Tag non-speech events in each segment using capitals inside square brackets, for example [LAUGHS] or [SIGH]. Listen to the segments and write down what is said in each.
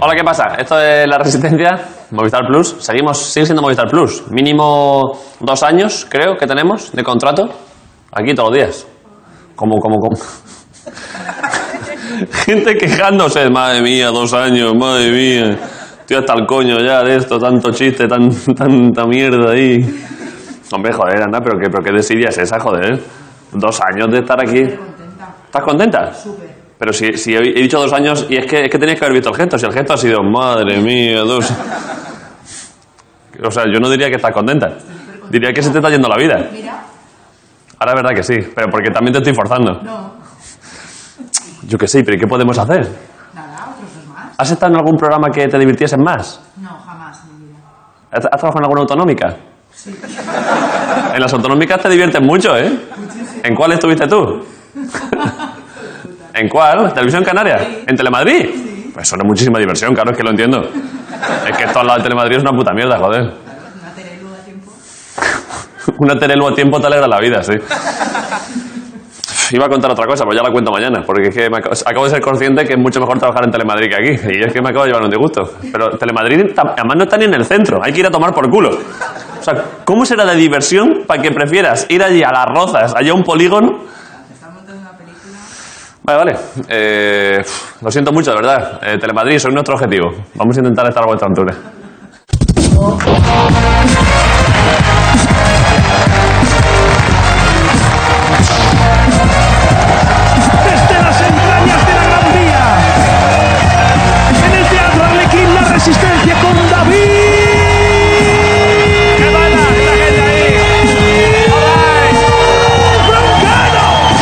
Hola, ¿qué pasa? Esto de la resistencia, Movistar Plus, seguimos, sigue siendo Movistar Plus. Mínimo dos años, creo, que tenemos de contrato. Aquí todos los días. Como, como, como. Gente quejándose, madre mía, dos años, madre mía. Estoy hasta el coño ya de esto, tanto chiste, tan, tanta mierda ahí. Hombre, joder, anda, pero qué, pero qué desidia es esa, joder. Dos años de estar aquí. ¿Estás contenta? Pero si, si he he dicho dos años y es que, es que tenías que haber visto el gesto. Si el gesto ha sido, madre mía, dos. O sea, yo no diría que estás contenta. Diría que se te está yendo la vida. Mira, Ahora es verdad que sí, pero porque también te estoy forzando. no, Yo qué sé, pero ¿y ¿qué podemos hacer? nada, otros dos más. ¿Has estado en algún programa que te divirtiesen más? No, jamás en mi vida. ¿Has has trabajado en alguna autonómica? En las autonómicas te diviertes mucho, ¿eh? ¿En cuál estuviste tú? ¿En cuál? ¿Televisión Canaria? ¿En Telemadrid? Pues eso no es muchísima diversión, claro, es que lo entiendo. Es que esto al lado de Telemadrid es una puta mierda, joder. Una Terelu a tiempo. Una Terelu a tiempo te alegra la vida, sí. Iba a contar otra cosa, pero ya la cuento mañana, porque es que me acabo, acabo de ser consciente que es mucho mejor trabajar en Telemadrid que aquí. Y es que me acabo de llevar un disgusto. Pero Telemadrid tam- además no está ni en el centro, hay que ir a tomar por culo. O sea, ¿cómo será la diversión para que prefieras ir allí a las rozas, allá a un polígono? Te están montando una película. Vale, vale. Eh, pf, lo siento mucho, de verdad. Eh, Telemadrid, soy nuestro objetivo. Vamos a intentar estar a vuestra altura. desde las entrañas de la Gran Vía. En el Teatro Arlequín, la resistencia con David. ¡Qué mala la gente ahí! ¡Broncano!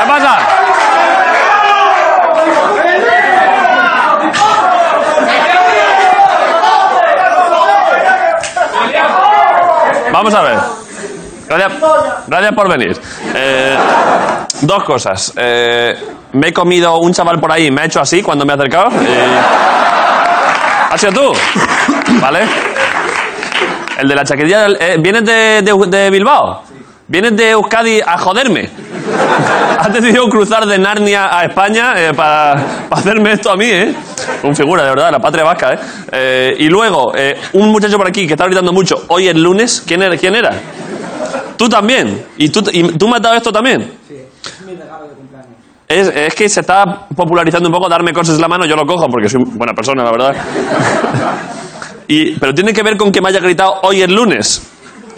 ¿Qué pasa? Vamos a ver. Gracias, gracias por venir. Eh, dos cosas. Eh, me he comido un chaval por ahí, me ha hecho así cuando me he acercado. Eh, ¿Has sido tú? ¿Vale? El de la chaquetilla. del- eh, ¿Vienes de, de- de Bilbao? ¿Vienes de Euskadi a joderme? Has decidido cruzar de Narnia a España eh, para, para hacerme esto a mí, ¿eh? Un figura, de verdad, la patria vasca, ¿eh? Eh, y luego, eh, un muchacho por aquí que está gritando mucho, hoy es lunes, ¿quién era? ¿Quién era? Tú también. ¿Y tú, y tú me has dado esto también? Es, es que se está popularizando un poco darme cosas en la mano, yo lo cojo porque soy buena persona, la verdad. Y- pero tiene que ver con que me haya gritado hoy es lunes.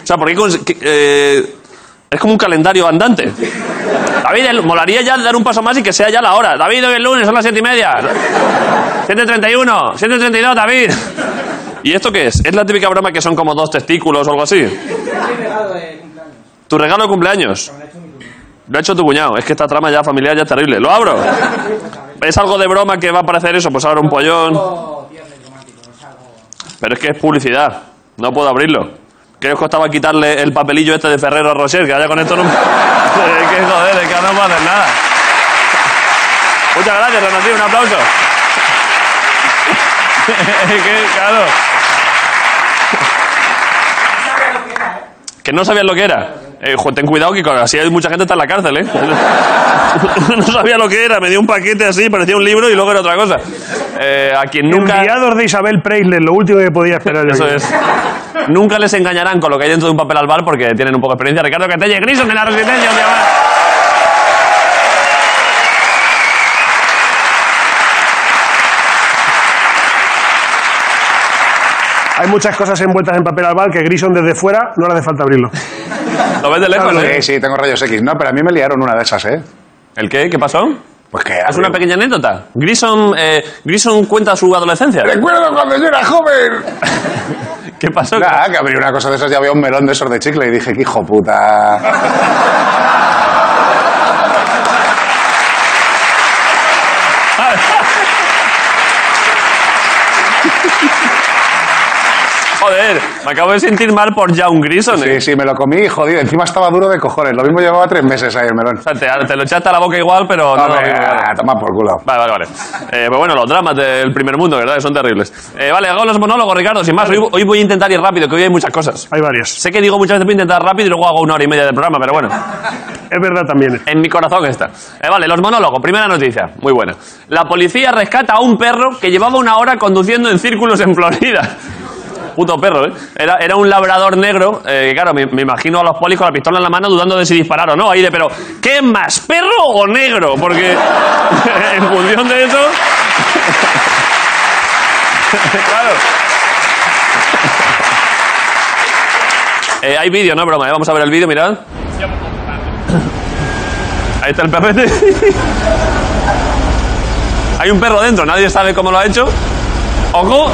O sea, porque cons- que- eh, es como un calendario andante. David, el- molaría ya dar un paso más y que sea ya la hora. David, hoy es lunes, son las siete y media. 7.31, 7.32, David. ¿Y esto qué es? ¿Es la típica broma que son como dos testículos o algo así? ¿Tu regalo de cumpleaños? Lo ha hecho tu cuñado. Es que esta trama ya familiar ya es terrible. ¡Lo abro! ¿Es algo de broma que va a parecer eso? Pues ahora un pollón. Pero es que es publicidad. No puedo abrirlo. ¿Qué os costaba quitarle el papelillo este de Ferrero Rocher? Que vaya con esto no... es que joder, [LAUGHS] es que ahora no puedo hacer nada. Muchas gracias, Renatí. Un aplauso. [LAUGHS] es que, claro... Que no sabías lo que era. Eh, jo, ten cuidado que con- así hay mucha gente que está en la cárcel, ¿eh? [LAUGHS] no sabía lo que era, me dio un paquete así, parecía un libro y luego era otra cosa. Eh, a quien nunca... Enviados de Isabel Preisler, lo último que podía esperar. yo Eso creo. es. [LAUGHS] Nunca les engañarán con lo que hay dentro de un papel al bar porque tienen un poco de experiencia. Ricardo Catella y Grison de la Resistencia, un día más. Hay muchas cosas envueltas en papel albal que Grison desde fuera no le hace falta abrirlo. Lo ves de lejos, Sí, ¿eh? sí, tengo rayos X. No, pero a mí me liaron una de esas, ¿eh? ¿El qué? ¿Qué pasó? Pues que... Haz una pequeña anécdota. Grison, eh, Grison cuenta su [LAUGHS] adolescencia. Recuerdo cuando yo era [LAUGHS] joven. ¿Qué pasó? Nada, que abrí una cosa de esas y había un melón de esos de chicle y dije, "Qué hijo Ah, puta. Joder, Me acabo de sentir mal por John Grison. eh. Sí, sí, me lo comí y jodido. Encima estaba duro de cojones. Lo mismo llevaba tres meses ahí el melón. O sea, te, te lo echaste a la boca igual, pero no lo Hombre, mismo, vale. ah, toma por culo. Vale, vale, vale. Eh, pues bueno, los dramas del primer mundo, ¿verdad? Que son terribles. Eh, vale, hago los monólogos, Ricardo, sin más. Hoy, hoy voy a intentar ir rápido, que hoy hay muchas cosas. Hay varias. Sé que digo muchas veces voy a intentar rápido y luego hago una hora y media de programa, pero bueno. Es verdad también. En mi corazón está. Eh, vale, los monólogos. Primera noticia, muy buena. La policía rescata a un perro que llevaba una hora conduciendo en círculos en Florida. [LAUGHS] Puto perro, ¿eh? Era, era un labrador negro, eh, que claro, me, me imagino a los polis con la pistola en la mano dudando de si disparar o no. Ahí de, pero, ¿qué es más, perro o negro? Porque [LAUGHS] en función de eso... [LAUGHS] claro. Eh, hay vídeo, no es broma, ¿eh? Vamos a ver el vídeo, mirad. Ahí está el perrete. [LAUGHS] Hay un perro dentro, nadie sabe cómo lo ha hecho. ¡Ojo!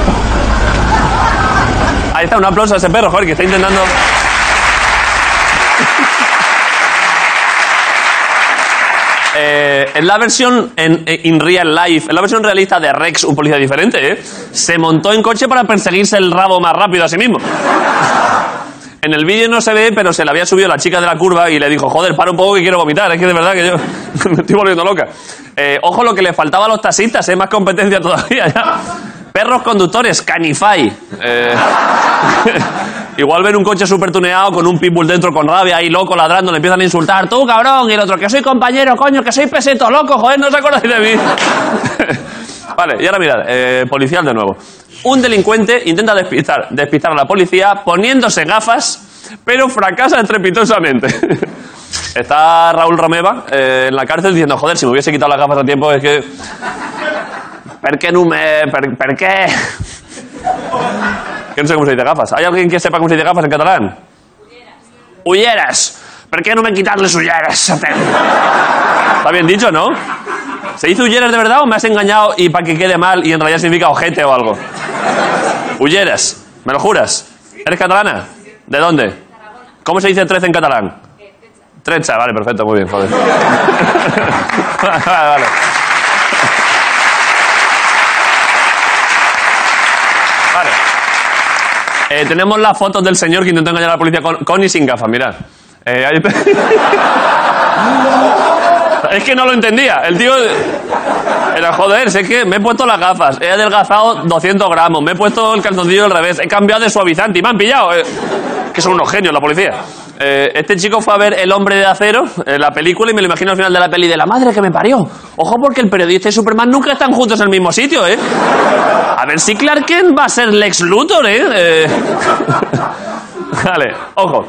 Ahí está, un aplauso a ese perro, joder, que está intentando. [LAUGHS] Eh, en la versión en, en- in real life, en la versión realista de Rex, un policía diferente, ¿eh? se montó en coche para perseguirse el rabo más rápido a sí mismo. En el vídeo no se ve, pero se le había subido la chica de la curva y le dijo, joder, para un poco que quiero vomitar. Es que de verdad que yo [LAUGHS] me estoy volviendo loca. Eh, ojo lo que le faltaba a los taxistas, es más competencia todavía. ya. Perros conductores, canify. Eh, [LAUGHS] igual ven un coche súper tuneado con un pitbull dentro con rabia ahí loco ladrando, le empiezan a insultar, tú cabrón, y el otro, que soy compañero, coño, que soy peseto, loco, joder, no os acordáis de mí. [LAUGHS] Vale, y ahora mirad, eh, policial de nuevo. Un delincuente intenta despistar, despistar a la policía poniéndose gafas, pero fracasa estrepitosamente. [LAUGHS] Está Raúl Romeva eh, en la cárcel diciendo, joder, si me hubiese quitado las gafas a tiempo es que... ¿Per qué no me...? ¿Per, per qué? Que no sé cómo se dice gafas. ¿Hay alguien que sepa cómo se dice gafas en catalán? Ulleras. ¿Per qué no me quitas las ulleras? Está bien dicho, ¿no? ¿Se dice ulleras de verdad o me has engañado y para que quede mal y en realidad significa ojete o algo? Ulleras. ¿Me lo juras? ¿Eres catalana? ¿De dónde? ¿Cómo se dice 13 en catalán? Trecha, vale, perfecto, muy bien, joder. [LAUGHS] vale, vale, vale. Vale. Eh, tenemos las fotos del señor que intentó engañar a la policía con, con y sin gafas, mirad. Eh, ahí [LAUGHS] está. es que no lo entendía. El tío era joder, si es que me he puesto las gafas, he adelgazado 200 gramos, me he puesto el calzoncillo al revés, he cambiado de suavizante y me han pillado. eh. que son unos genios la policía. Eh, este chico fue a ver El hombre de acero, eh, la película, y me lo imagino al final de la peli de la madre que me parió. Ojo porque el periodista y Superman nunca están juntos en el mismo sitio, ¿eh? A ver si Clark Kent va a ser Lex Luthor, ¿eh? Eh, Vale, ojo.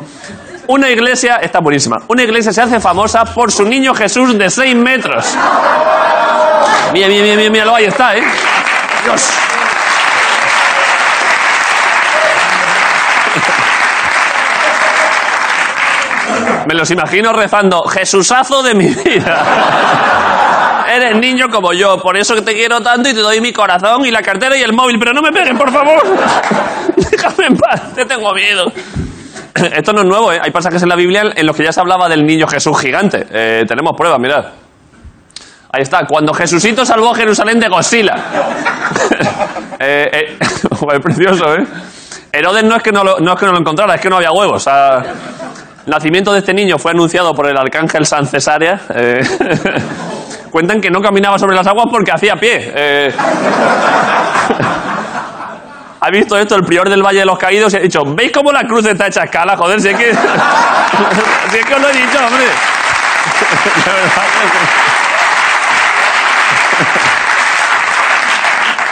Una iglesia, está buenísima, una iglesia se hace famosa por su niño Jesús de 6 metros. Mira, mira, mira, mira, míralo, ahí está, ¿eh? Dios. Me los imagino rezando, Jesusazo de mi vida. Eres niño como yo, por eso que te quiero tanto y te doy mi corazón y la cartera y el móvil, pero no me peguen, por favor. [LAUGHS] Déjame en paz, te tengo miedo. [CLEARS THROAT] Esto no es nuevo, ¿eh? hay pasajes en la Biblia en los que ya se hablaba del niño Jesús gigante. Eh, tenemos pruebas, mirad. Ahí está, cuando Jesucito salvó a Jerusalén de Godzilla. Eh, [LAUGHS] eh, joder, precioso, ¿eh? Herodes no es, que no, lo, no es que no lo encontrara, es que no había huevos. o sea, el nacimiento de este niño fue anunciado por el arcángel San Cesárea. eh, [LAUGHS] cuentan que no caminaba sobre las aguas porque hacía pie. eh. [LAUGHS] ha visto esto el prior del Valle de los Caídos y ha dicho, ¿veis cómo la cruz está hecha a escala? Joder, si es que... [LAUGHS] si es que os lo he dicho, hombre. De verdad que sí.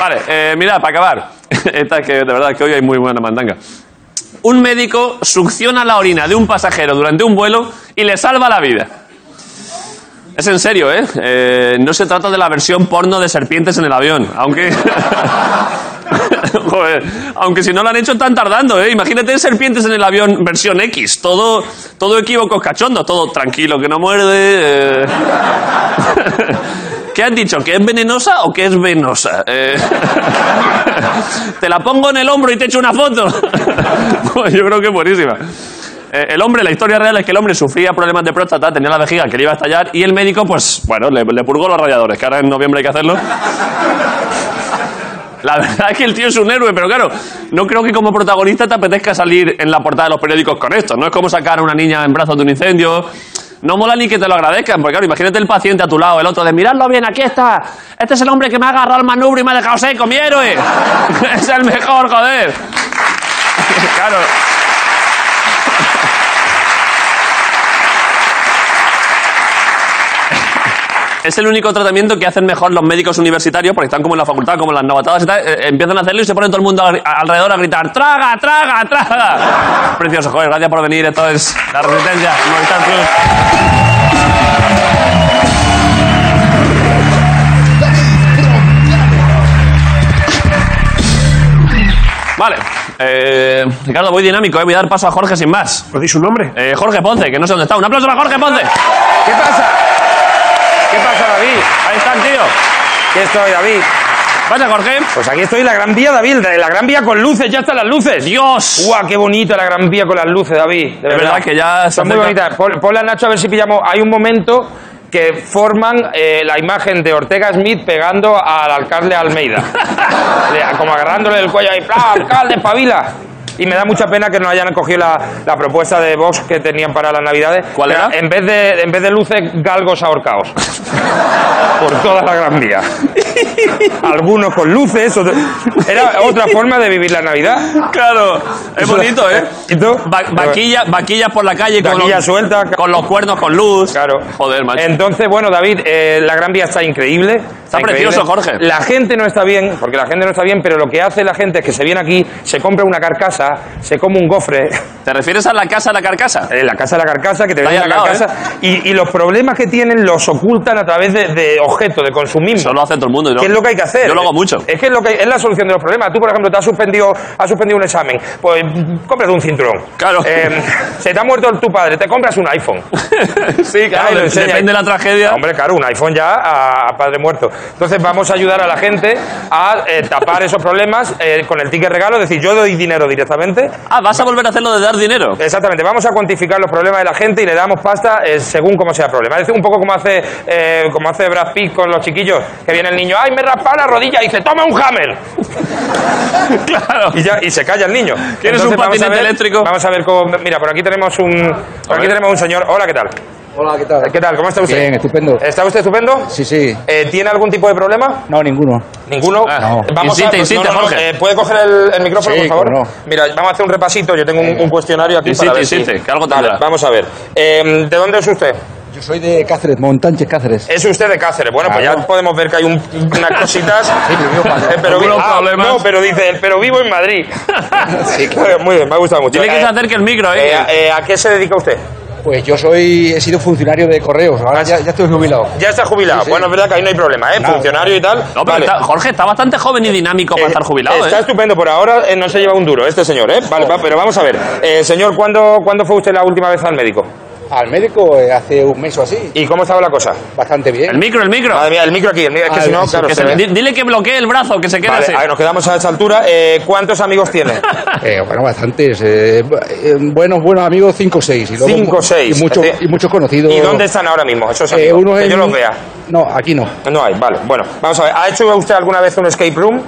Vale, eh, mirad, para acabar. [LAUGHS] Esta es que de verdad que hoy hay muy buena mandanga. Un médico succiona la orina de un pasajero durante un vuelo y le salva la vida. Es en serio, ¿eh? Eh, No se trata de la versión porno de serpientes en el avión, aunque... [LAUGHS] Joder, aunque si no lo han hecho están tardando, ¿eh? Imagínate serpientes en el avión versión X, todo, todo equívocos cachondos, todo tranquilo, que no muerde... eh. [LAUGHS] ¿Qué han dicho? ¿Que es venenosa o que es venosa? Eh, [LAUGHS] te la pongo en el hombro y te echo una foto. [LAUGHS] Pues Yo creo que es buenísima. Eh, el hombre, la historia real es que el hombre sufría problemas de próstata, tenía la vejiga que le iba a estallar y el médico, pues, bueno, le, le purgó los radiadores, que ahora en noviembre hay que hacerlo. La verdad es que el tío es un héroe, pero claro, no creo que como protagonista te apetezca salir en la portada de los periódicos con esto. No es como sacar a una niña en brazos de un incendio. No mola ni que te lo agradezcan, porque claro, imagínate el paciente a tu lado, el otro de miradlo bien, aquí está. Este es el hombre que me ha agarrado el manubrio y me ha dejado seco, mi héroe. [LAUGHS] es el mejor, joder. [LAUGHS] claro. Es el único tratamiento que hacen mejor los médicos universitarios, porque están como en la facultad, como en las novatadas y tal. eh, empiezan a hacerlo y se pone todo el mundo al- alrededor a gritar: ¡Traga, traga, traga! [LAUGHS] Precioso, joder, gracias por venir. Esto es La Resistencia, Movistar Plus. Vale, eh, Ricardo, voy dinámico, eh, voy a dar paso a Jorge sin más. ¿Os dice un nombre? Eh, Jorge Ponce, que no sé dónde está. Un aplauso para Jorge Ponce. ¿Qué pasa? ¿Qué pasa, David? Ahí está el tío. ¿Qué estoy, David? Vaya, Jorge. Pues aquí estoy en la Gran Vía, David. de La Gran Vía con luces, ya están las luces. Dios. ¡Guau, qué bonita la Gran Vía con las luces, David! De Es verdad que ya se Son muy acerca- bonitas. Pon- Ponla, Nacho, a ver si pillamos. Hay un momento que forman eh, la imagen de Ortega Smith pegando al alcalde Almeida. [LAUGHS] Le- Como agarrándole el cuello ahí, ¡Pla, alcalde, espabila! Y me da mucha pena que no hayan cogido la, la propuesta de Vox que tenían para las Navidades. ¿Cuál Que era? En vez de, en vez de luces, [LAUGHS] galgos ahorcados. Por toda la Gran Vía. Algunos con luces, otros... Era otra forma de vivir la Navidad. Claro, es bonito, ¿eh? ¿Y tú? Va- vaquilla, vaquilla por la calle con Vaquilla los, suelta. con los cuernos con luz. Claro. Joder, macho. Entonces, bueno, David, eh, la Gran Vía está increíble. Está, precioso, Jorge. La gente no está bien, porque la gente no está bien, pero lo que hace la gente es que se viene aquí, se compra una carcasa, se come un gofre, [LAUGHS] ¿Te refieres a la casa de la carcasa? eh, la casa de la carcasa, que te Está viene ahí la al lado, ¿eh? carcasa, y, y los problemas que tienen los ocultan a través de, de objetos, de consumismo. Eso lo hace todo el mundo. ¿no? ¿Qué es lo que hay que hacer? Yo lo hago mucho. Es que es, lo que, es la solución de los problemas. Tú, por ejemplo, te has suspendido, has suspendido un examen. Pues mm, cómprate un cinturón. Claro. Eh, se te ha muerto tu padre, te compras un [LAUGHS] iPhone. [LAUGHS] sí, Ahí claro. lo de- enseña. depende de la tragedia. [LAUGHS] Hombre, claro, un iPhone ya a, a padre muerto. Entonces vamos a ayudar a la gente a eh, tapar esos problemas eh, con el ticket regalo, es decir, yo doy dinero directamente. Ah, vas a volver a hacerlo de dar [LAUGHS] dinero. Exactamente, vamos a cuantificar los problemas de la gente y le damos pasta eh, según cómo sea el problema. Es un poco como hace, eh, como hace Brad Pitt con los chiquillos, que viene el niño, ¡ay, me he raspado la rodilla! Y dice, ¡toma un hammer! claro. Y, ya, y se calla el niño. ¿Quieres un Entonces, vamos a patinete ver- eléctrico? Vamos a ver cómo... Mira, por aquí tenemos un, por aquí ver. tenemos un señor... Hola, ¿qué tal? Hola, ¿qué tal? ¿Qué tal? ¿Cómo está usted? Bien, estupendo. ¿Está usted estupendo? Sí, sí. Eh, ¿Tiene algún tipo de problema? No, ninguno. Ninguno. Ah, no. Insiste, insiste, Jorge. eh, ¿Puede coger el, el micrófono, Sí, por favor? cómo no. Mira, vamos a hacer un repasito. Yo tengo un, un cuestionario aquí Insiste, para ver insiste, si... que algo tendrá. Vale, vamos a ver. Eh, ¿De dónde es usted? Yo soy de Cáceres, Montánchez Cáceres. Es usted de Cáceres. Bueno, pues Claro. ya podemos ver que hay un- unas [LAUGHS] cositas. pero vivo en Madrid. Eh, pero vi- Algunos ah, problemas. no, pero dice, él, pero vivo en [LAUGHS] Madrid. sí, claro. [LAUGHS] Muy bien, me ha gustado mucho. Dile que se Eh, acerque el micro, ¿eh? eh, eh, ¿A qué se dedica usted? Pues yo soy, he sido funcionario de correos, ahora ya, ya estoy jubilado. Ya está jubilado. Sí, sí. Bueno, es verdad que ahí no hay problema, ¿eh? Funcionario y tal. no, pero Vale. está- Jorge está bastante joven y dinámico para Eh, estar jubilado, Está ¿eh? estupendo, por ahora eh, no se lleva un duro este señor, ¿eh? Vale, va, pero vamos a ver. Eh, señor, ¿cuándo, ¿cuándo fue usted la última vez al médico? Al médico eh, hace un mes o así, ¿Y cómo estaba la cosa? bastante El bien. micro, el micro. Madre mía, el micro aquí, el micro- es que Ah, si no, sí, claro, Que se se- ve. di- dile que bloquee el brazo, que se quede Vale, así. a ver, nos quedamos a esta altura. Eh, ¿Cuántos [LAUGHS] amigos tiene? Eh, bueno, bastantes. eh, bu- eh, buenos, buenos amigos, cinco o seis. Y luego- Cinco o seis. Y, mucho- Es decir, y muchos conocidos. ¿Y dónde están ahora mismo esos Eh, amigos? uno que en- yo los vea. No, aquí no. No hay, vale. Bueno, vamos a ver. ¿Ha hecho usted alguna vez un escape room?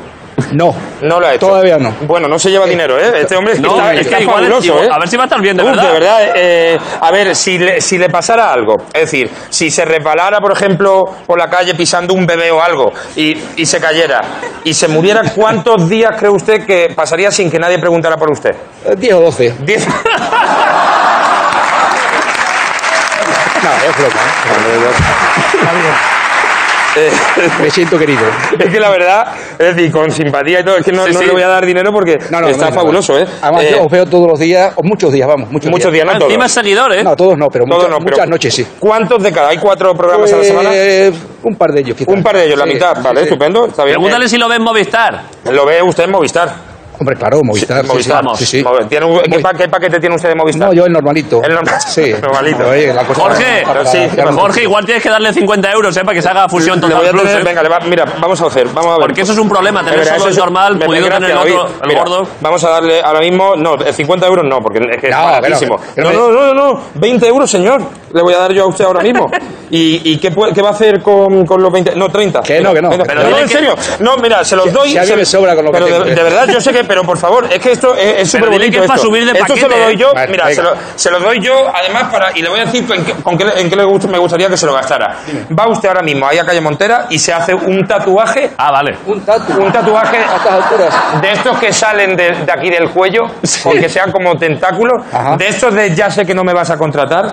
No. No lo ha hecho. Todavía no. Bueno, no se lleva dinero, ¿eh? Este hombre es que No, está, es está que igual- fabuloso, ¿eh? a ver si va a estar bien, de Uf, verdad. De verdad, eh, a ver, si le, si le pasara algo, es decir, si se resbalara, por ejemplo, por la calle pisando un bebé o algo y, y se cayera y se muriera, ¿cuántos días cree usted que pasaría sin que nadie preguntara por usted? [LAUGHS] Eh, Diez o doce. No, Diez. es broma. Eh, ¿eh? Me siento querido. Es que la verdad, es decir, con simpatía y todo, es que no, Sí, no sí. le voy a dar dinero porque No, no, está no, no. fabuloso, ¿eh? Además, Eh, yo os veo todos los días, o muchos días, vamos, muchos, muchos días, Ah, no Encima es todos. seguidor, ¿eh? No, todos no, pero, Todos muchas- no, pero- muchas noches sí. ¿Cuántos de cada? ¿Hay cuatro programas a la semana? Eh, un par de ellos, quizás. Un par de ellos, la Sí, mitad, sí, vale, sí. estupendo, está bien. Pregúntale si lo ves en Movistar. Eh, Lo ve usted en Movistar. Hombre, claro, Movistar. Sí, sí, Movistar, sí, sí. Movi- ¿Tiene un- ¿qué, pa- qué paquete tiene usted de Movistar? No, yo el normalito. [LAUGHS] El normal- Sí. normalito. Oye, la cosa- Jorge, para- para- sí, para- Jorge, igual tienes que darle 50 euros, ¿eh? Para que se haga fusión Le total. voy a Plus, tener- ¿eh? venga, le va- mira, vamos a hacer, vamos a ver. Porque eso es un problema, tener Mira, solo eso el normal, me- me pudiendo tener el gracia, otro, David. el Mira, gordo. Vamos a darle ahora mismo, no, eh, 50 euros no, porque es que No, es baratísimo. pero- pero- no, no, no, no, no, 20 euros, señor, le voy a dar yo a usted ahora [LAUGHS] mismo. ¿Y, y qué, puede- qué va a hacer con, con los 20? No, 30. Que no, que no. Pero no, dile en que- serio. No, mira, se los doy. si a mí se- me sobra con lo que pero de- tengo. de verdad, yo sé que, pero por favor, es que esto es, es Pero súper dile bonito. que es para esto. subir de Esto se paquete, lo doy ¿eh? yo, Vale, mira, venga. se lo, se lo doy yo, además, para, y le voy a decir con qué, con qué- en qué le gust- me gustaría que se lo gastara. Va usted ahora mismo ahí a Calle Montera y se hace un tatuaje Ah, vale. Un tatu. un tatuaje A estas alturas. de estos que salen de, de aquí del cuello, porque sean como tentáculos, Ajá. de estos de ya sé que no me vas a contratar,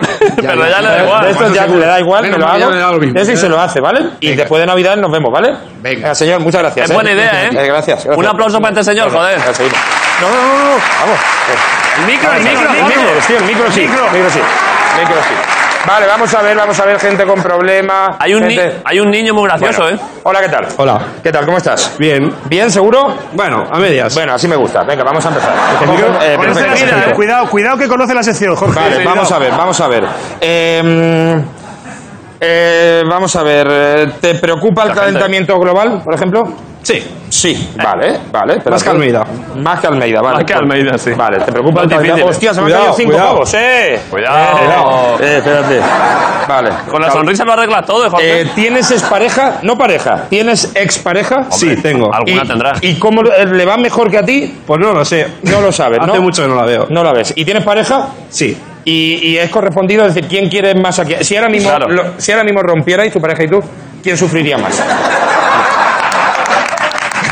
Pero [LAUGHS] ya le da de igual. estos ya le da igual, me Menos lo mal, ya hago, le da lo mismo. eso y se lo hace, ¿vale? Y después de Navidad nos vemos, ¿vale? Venga. señor, muchas gracias. Es buena idea, ¿eh? Gracias, gracias. Un aplauso para este señor, joder. Gracias, seguimos. No, no, no, no, vamos. El micro, el micro, El Jorge. micro, sí, el micro sí. micro sí. Micro sí. Vale, vamos a ver, vamos a ver, gente con problemas. Hay un, ni- gente- hay un niño muy gracioso, Bueno, ¿eh? Hola, ¿qué tal? Hola. ¿Qué tal? ¿Cómo estás? Bien. ¿Bien, seguro? Bueno, a medias. Bueno, así me gusta. Venga, vamos a empezar. Eh, Conoce perfecto, la sección. perfecto. Cuidado, cuidado que conoce la sección, Jorge. Vale, vamos a ver, vamos a ver. Eh, eh, vamos a ver. eh, ¿Te preocupa el calentamiento global, por ejemplo? Sí. Sí. Vale, vale. espérate. Más que Almeida. Más que Almeida, vale. Más que Almeida, sí. Vale, ¿te preocupa Más el calentamiento? difícil, Hostia, se me han Cuidado, caído cinco cuidado. pavos, eh. Cuidado. Eh, espérate. Vale. Con la sonrisa lo arreglas todo, ¿eh, Jorge. Eh, ¿Tienes expareja? No pareja. ¿Tienes expareja? Sí, tengo. Alguna y, tendrá. ¿Y cómo le le va mejor que a ti? Pues no lo sé. No lo sabes, ¿no? Hace mucho que no la veo. No la ves. ¿Y tienes pareja? Sí. Y, y es correspondido, es decir, ¿quién quiere más a quién? Si ahora mismo, Claro. lo- si ahora mismo rompierais tu pareja y tú, ¿quién sufriría más?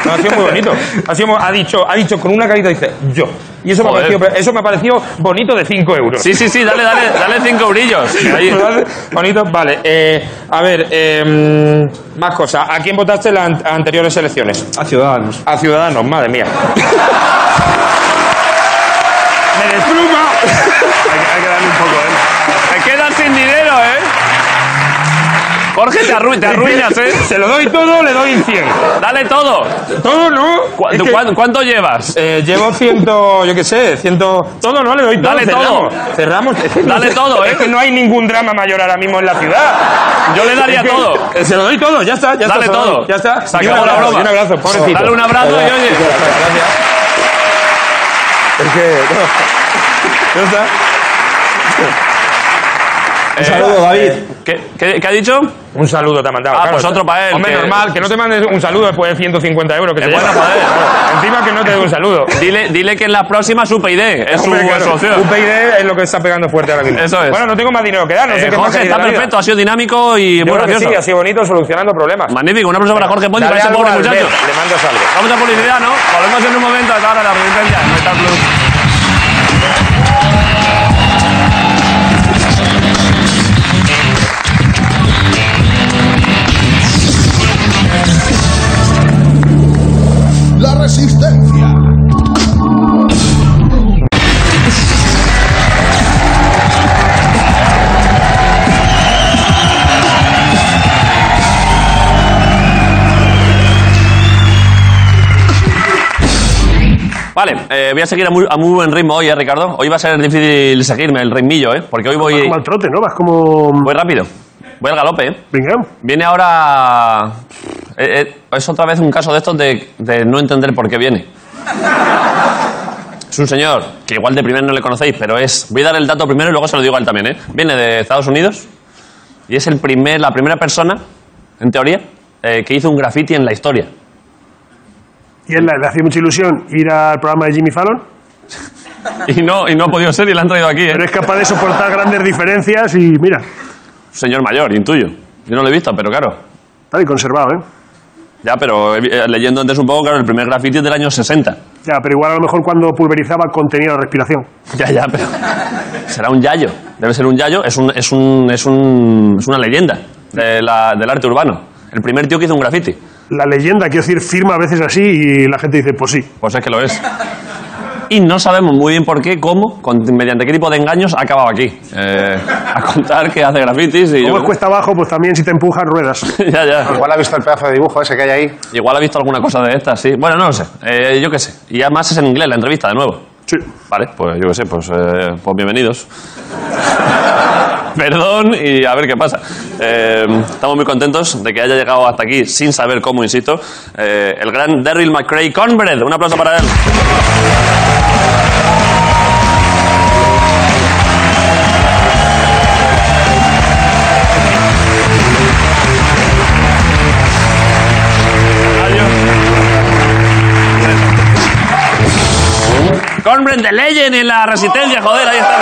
No, ha sido muy bonito. Ha, sido muy- ha dicho, ha dicho con una carita, dice, yo. Y eso me, ha Joder. parecido, eso me ha parecido bonito de 5 euros. Sí, sí, sí, dale, dale, dale cinco [LAUGHS] brillos. Ahí. ¿Vale? Bonito, vale. Eh, a ver, eh, más cosas. ¿A quién votaste en las an- anteriores elecciones? A Ciudadanos. A Ciudadanos, madre mía. ¡Me despluma! Te quedas ¿eh? sin dinero, ¿eh? Jorge, te, arru- te arruinas, ¿eh? [LAUGHS] Se lo doy todo, le doy 100. Dale todo. Todo no. ¿Cu- Es que, cuán- ¿Cuánto llevas? eh, llevo 100, yo qué sé, 100. Todo no, le doy todo. Dale todo. cerramos. Cerramos. Es que no Dale sé, todo, ¿eh? Es que no hay ningún drama mayor ahora mismo en la ciudad. Yo le daría Es que- todo. eh, Se lo doy todo, ya está, ya Dale está. se lo doy, todo. Ya está. Se Y un acabó la abrazo, broma. y Un abrazo, pobrecito. Dale un abrazo y oye. Es que. no. Ya está. Un saludo, David. ¿Qué, qué- qué ha dicho? Un saludo te ha mandado. Ah, pues otro pa' él, Hombre, que- normal, que no te mandes un saludo después de 150 euros. Que te bueno, lleva. joder. Claro, [LAUGHS] Encima que no te dé un saludo. Dile, dile que en la próxima su PID es su Hombre, claro, solución. UPyD es lo que está pegando fuerte ahora mismo. Eso es. Bueno, no tengo más dinero que dar, no sé Eh, qué más Jorge, queréis de está la vida. perfecto, ha sido dinámico y muy Yo creo que gracioso. sí, ha sido bonito solucionando problemas. Magnífico, un aplauso para Jorge Ponte y Dale para ese algo pobre a muchacho. Albert, Le mandas algo. Vamos a publicidad, ¿no? Volvemos en un momento hasta ahora la resistencia. Metal Plus. La resistencia. Vale, eh, voy a seguir a muy, a muy buen ritmo hoy, ¿eh, Ricardo? Hoy va a ser difícil seguirme el ritmillo, ¿eh? Porque hoy voy, Vas como al trote, ¿no? Vas como. voy rápido. Voy al galope, ¿eh? Venga. Viene ahora... eh, eh, es otra vez un caso de estos de, de no entender por qué viene. Es un señor que igual de primero no le conocéis, pero es... Voy a dar el dato primero y luego se lo digo a él también, ¿eh? Viene de Estados Unidos y es el primer, la primera persona, en teoría, eh, que hizo un graffiti en la historia. Y él le hacía mucha ilusión ir al programa de Jimmy Fallon, [LAUGHS] Y no, y no ha podido ser y la han traído aquí, ¿eh? pero es capaz de soportar grandes diferencias y mira, Señor mayor, intuyo. Yo no lo he visto, pero claro. está bien conservado, ¿eh? Ya, pero eh, leyendo antes un poco, claro, el primer graffiti es del año 60. Ya, pero igual a lo mejor cuando pulverizaba contenía la respiración. Ya, ya, pero. Será un yayo. Debe ser un yayo. Es, un, es, un, es, un- es una leyenda de la- del arte urbano. El primer tío que hizo un graffiti. La leyenda, quiero decir, firma a veces así y la gente dice, pues sí. Pues es que lo es. y no sabemos muy bien por qué, cómo, con- mediante qué tipo de engaños ha acabado aquí. Eh, a contar que hace grafitis y... Como yo- es cuesta abajo, pues también si te empujan ruedas. [LAUGHS] ya, ya. Igual ha visto el pedazo de dibujo ese que hay ahí. Igual ha visto alguna cosa de estas, sí. Bueno, no lo sé. Eh, yo qué sé. Y además es en inglés la entrevista, de nuevo. Sí. Vale, pues yo qué sé, pues, eh, pues bienvenidos. [LAUGHS] Perdón y a ver qué pasa. Eh, estamos muy contentos de que haya llegado hasta aquí, sin saber cómo, insisto, eh, el gran Daryl McCray Conbred. Un aplauso para él. Conbred de Legend en la Resistencia, joder, ahí está.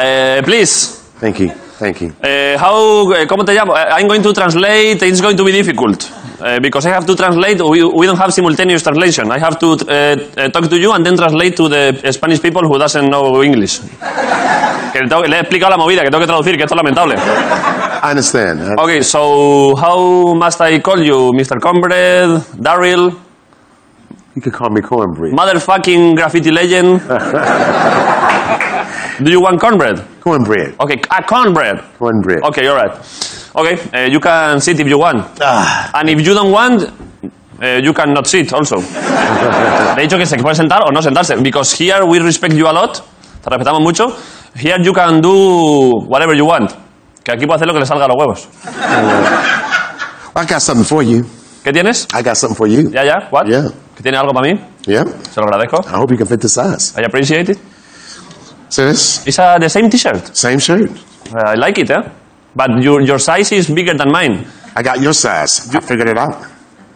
Eh, please. Thank you, thank you. Eh, how, eh, ¿Cómo te llamo? Eh, I'm going to translate. It's going to be difficult eh, because I have to translate. We, we don't have simultaneous translation. I have to eh, eh, talk to you and then translate to the Spanish people who doesn't know English. que le, tengo- le he explicado la movida, que tengo que traducir, que esto es lamentable. Understand. eh? Okay, so how must I call you, Mr. Combred, Daryl, You can call me Cornbread. motherfucking graffiti legend? Do you want cornbread? Cornbread. Okay, ah, cornbread. Cornbread. Okay, all right. Okay, eh, you can sit if you want. Ah, And if you don't want, eh, you cannot sit also. De hecho, que se puede sentar o no sentarse. Because here we respect you a lot. Te respetamos mucho. Here you can do whatever you want. Que aquí puedo hacer lo que le salga a los huevos. I got something for you. ¿Qué tienes? I got something for you. Ya, ya. What? Yeah. ¿Que tiene algo para mí? Yeah. Se lo agradezco. I hope you can fit the size. I appreciate it. Serious? It's uh, the same t-shirt. Same shirt. Uh, I like it, eh? But your, your size is bigger than mine. I got your size. You figured it out.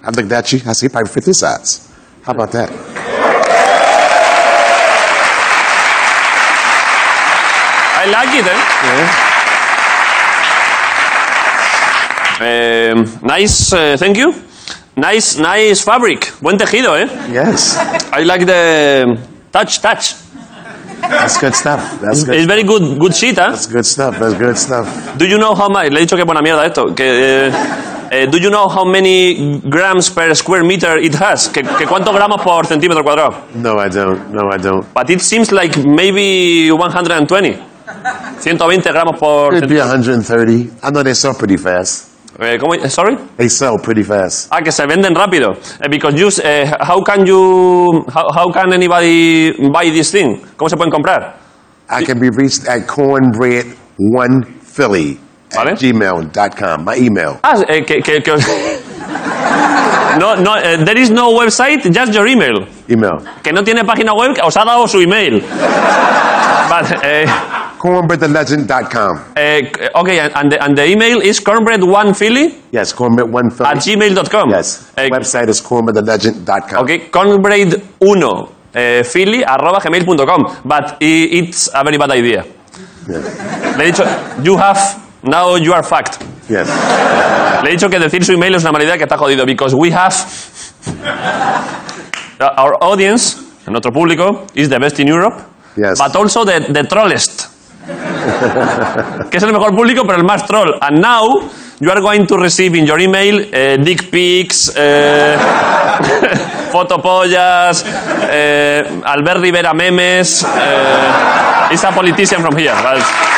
I looked at you. I said, you probably fit this size. How about that? I like it, eh? Eh, nice, eh, thank you. Nice, nice fabric. Buen tejido, eh? Yes. I like the touch, touch. That's good stuff. That's good. It's very good, good shit, eh? That's good stuff. That's good stuff. Do you know how much? Le he dicho que buena mierda esto. Que, eh, eh, do you know how many grams per square meter it has? Que, que cuántos gramos por centímetro cuadrado? No, I don't. No, I don't. But it seems like maybe 120. 120 gramos por It'd be centímetro. 130. I know they sell pretty fast. Eh, ¿cómo? Eh, Sorry. They sell pretty fast. Ah, que se venden rápido. Eh, because you, eh, how can you, how, how can anybody buy this thing? ¿Cómo se pueden comprar? I can be reached at cornbread1philly at Vale. gmail.com. My email. Ah, eh, que, que, que os- [LAUGHS] No, no, eh, there is no website, just your email. Email. Que no tiene página web, os ha dado su email. [LAUGHS] But, eh, cornbreadthelegend.com. eh, okay, and and the, and the email is cornbread1philly Yes, cornbread1philly. at gmail.com. Yes. Eh, Website is cornbreadthelegend.com. Okay, cornbread1 eh, philly arroba gmail.com. But i- it's a very bad idea. Le he dicho, you have, now you are fact. Yes. Le he dicho que decir su email es una malidad que está jodido. Because we have. Our audience, nuestro público, is the best in Europe. Yes. But also the, the trollest. que es el mejor público, pero el más troll. And now you are going to receive in your email eh, dick pics, eh, [LAUGHS] fotopollas, eh, Albert Rivera memes. Eh, it's a politician from here. That's-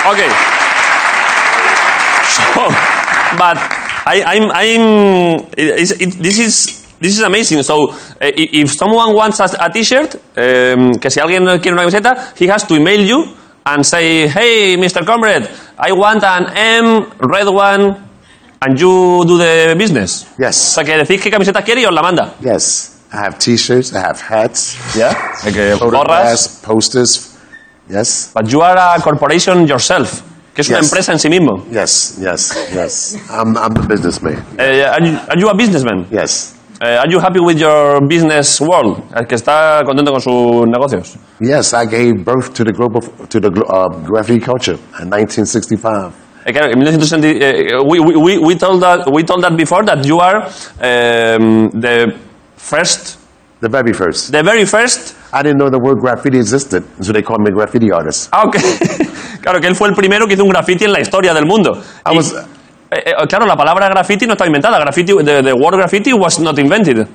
Okay. So, but I, I'm, I'm it, it's- it, this is. This is amazing. So, eh, i- if someone wants a, a T-shirt, em, que si alguien quiere una camiseta, he has to email you and say, "Hey, Mr. Comrade, I want an M red one, and you do the business." O Yes. sea, que decís qué camiseta quiere y os la manda. Yes. I have t-shirts. I have hats. Yeah. Okay. Photographs, posters. Yes. But you are a corporation yourself, que es una Yes. empresa en sí mismo. Yes. Yes. Yes. I'm, I'm the businessman. Eh, are you- are you a businessman? Yes. Eh, are you happy with your business world? El que está contento con sus negocios. Yes, I gave birth to the group of, to the uh, graffiti culture in 1965. Eh, claro, en 1960, eh, we, we- we- we told that, we told that before that you are em, the first, The very first. the very first I didn't know the word graffiti existed, so they called me a graffiti artist. Ah, ok. [LAUGHS] claro, que él fue el primero que hizo un graffiti en la historia del mundo. I Y- was- eh, eh, claro, la palabra graffiti no está inventada. Graffiti, the, the word graffiti was not invented.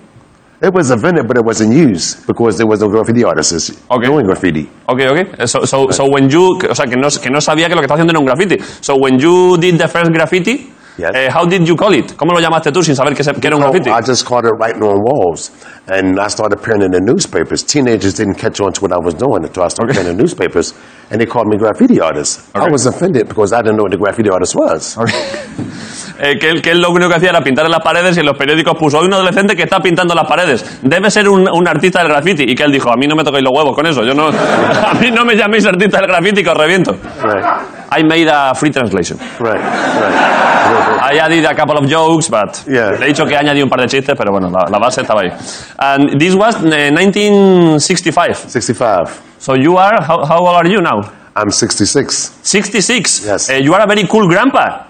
It was invented, but it wasn't used because there was no graffiti artists Okay. doing graffiti. Ok, ok. Eh, So, so, so when you, o sea, que no, que no sabía que lo que estaba haciendo era un graffiti. So when you did the first graffiti, Yes. ah, eh, how did you call it? ¿Cómo lo llamaste tú sin saber que, se- que era un graffiti? I just caught it writing on walls, and I started appearing in the newspapers. Teenagers didn't catch on to what I was doing until I started appearing in the newspapers, and they called me graffiti artist. I was offended because I didn't know what a graffiti artist was. Eh, que, él, que él lo único que hacía era pintar en las paredes y en los periódicos puso hoy un adolescente que está pintando las paredes. Debe ser un, un artista del graffiti. Y que él dijo, a mí no me toquéis los huevos con eso. Yo no, [LAUGHS] a mí no me llaméis artista del graffiti que os reviento. Right, I made a free translation. right, right. [LAUGHS] I added a couple of jokes, but... Yeah. Le he dicho que añadí un par de chistes, pero bueno, la, la base estaba ahí. And this was eh, 1965. 65. So you are... How, how old are you now? I'm 66. 66. Yes. Eh, you are a very cool grandpa.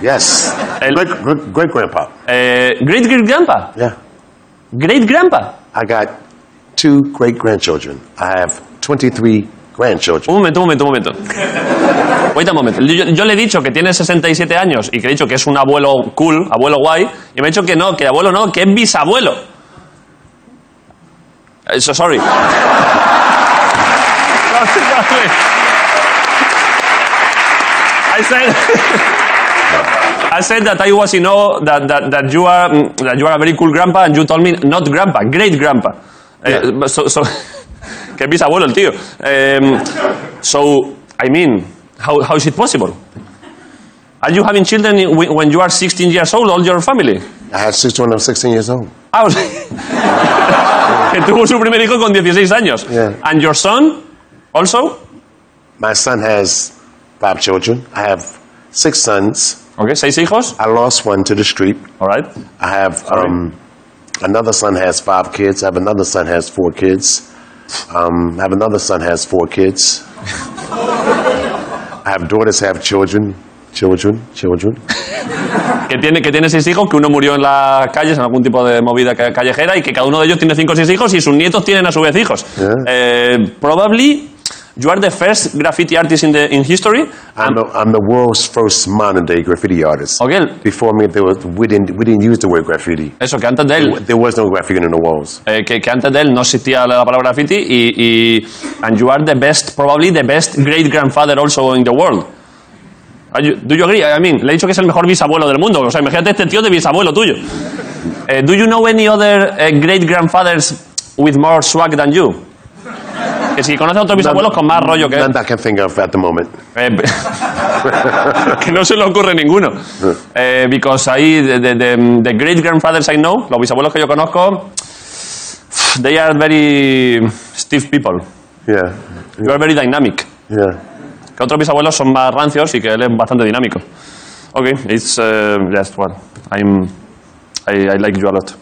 Yes. El- Great, great, great grandpa. Eh, great great grandpa. Yeah. Great grandpa. I got two great grandchildren. I have 23 grandchildren. Un momento, un momento, un momento. Wait a moment. Yo, yo le he dicho que tiene 67 años y que he dicho que es un abuelo cool, abuelo guay, y me ha dicho que no, que abuelo no, que es bisabuelo. Eh, so sorry. I said. I said that I was in awe that, that, that you are mm, that you are a very cool grandpa and you told me not grandpa, great grandpa. Eh, but so, so [LAUGHS] que es bisabuelo el tío. Em, so I mean, how, how is it possible? Are you having children i- whe- when you are 16 years old, all your family? I have six when I'm 16 years old. Ah, o sea, [LAUGHS] que tuvo su primer hijo con 16 años. Yeah. And your son also? My son has five children. I have six sons. Okay, seis hijos. I lost one to the street. All right. I have um, another son has five kids. I have another son has four kids. Um, I have another son has four kids. I have daughters have children, children, children. Que tiene, que tiene seis hijos, que uno murió en las calles, en algún tipo de movida ca- callejera, y que cada uno de ellos tiene cinco o seis hijos y sus nietos tienen a su vez hijos. Yeah. Eh, probably you are the first graffiti artist in, the, in history. I'm the, I'm the world's first modern day graffiti artist. Okay. el- Before me, there was, we, didn't, we didn't use the word graffiti. Eso, que antes de él, There was no graffiti on the walls. eh, que, que antes de él no existía la palabra graffiti y, y- and you are the best, probably the best great grandfather also in the world. Are you- do you agree? I mean, le he dicho que es el mejor bisabuelo del mundo. O sea, imagínate este tío de bisabuelo tuyo. Eh, do you know any other eh, great grandfathers with more swag than you? Que si conoces a otros bisabuelos con más rollo que este. él. None that I can think of at the moment. Eh, [LAUGHS] que no se le ocurre ninguno. Eh, because ahí, the, the, the- the great grandfathers I know, los bisabuelos que yo conozco, they are very stiff people. Yeah, You are very dynamic. yeah. Que otros bisabuelos son más rancios y que él es bastante dinámico. Ok, it's uh, just well, I'm, I, I like you a lot.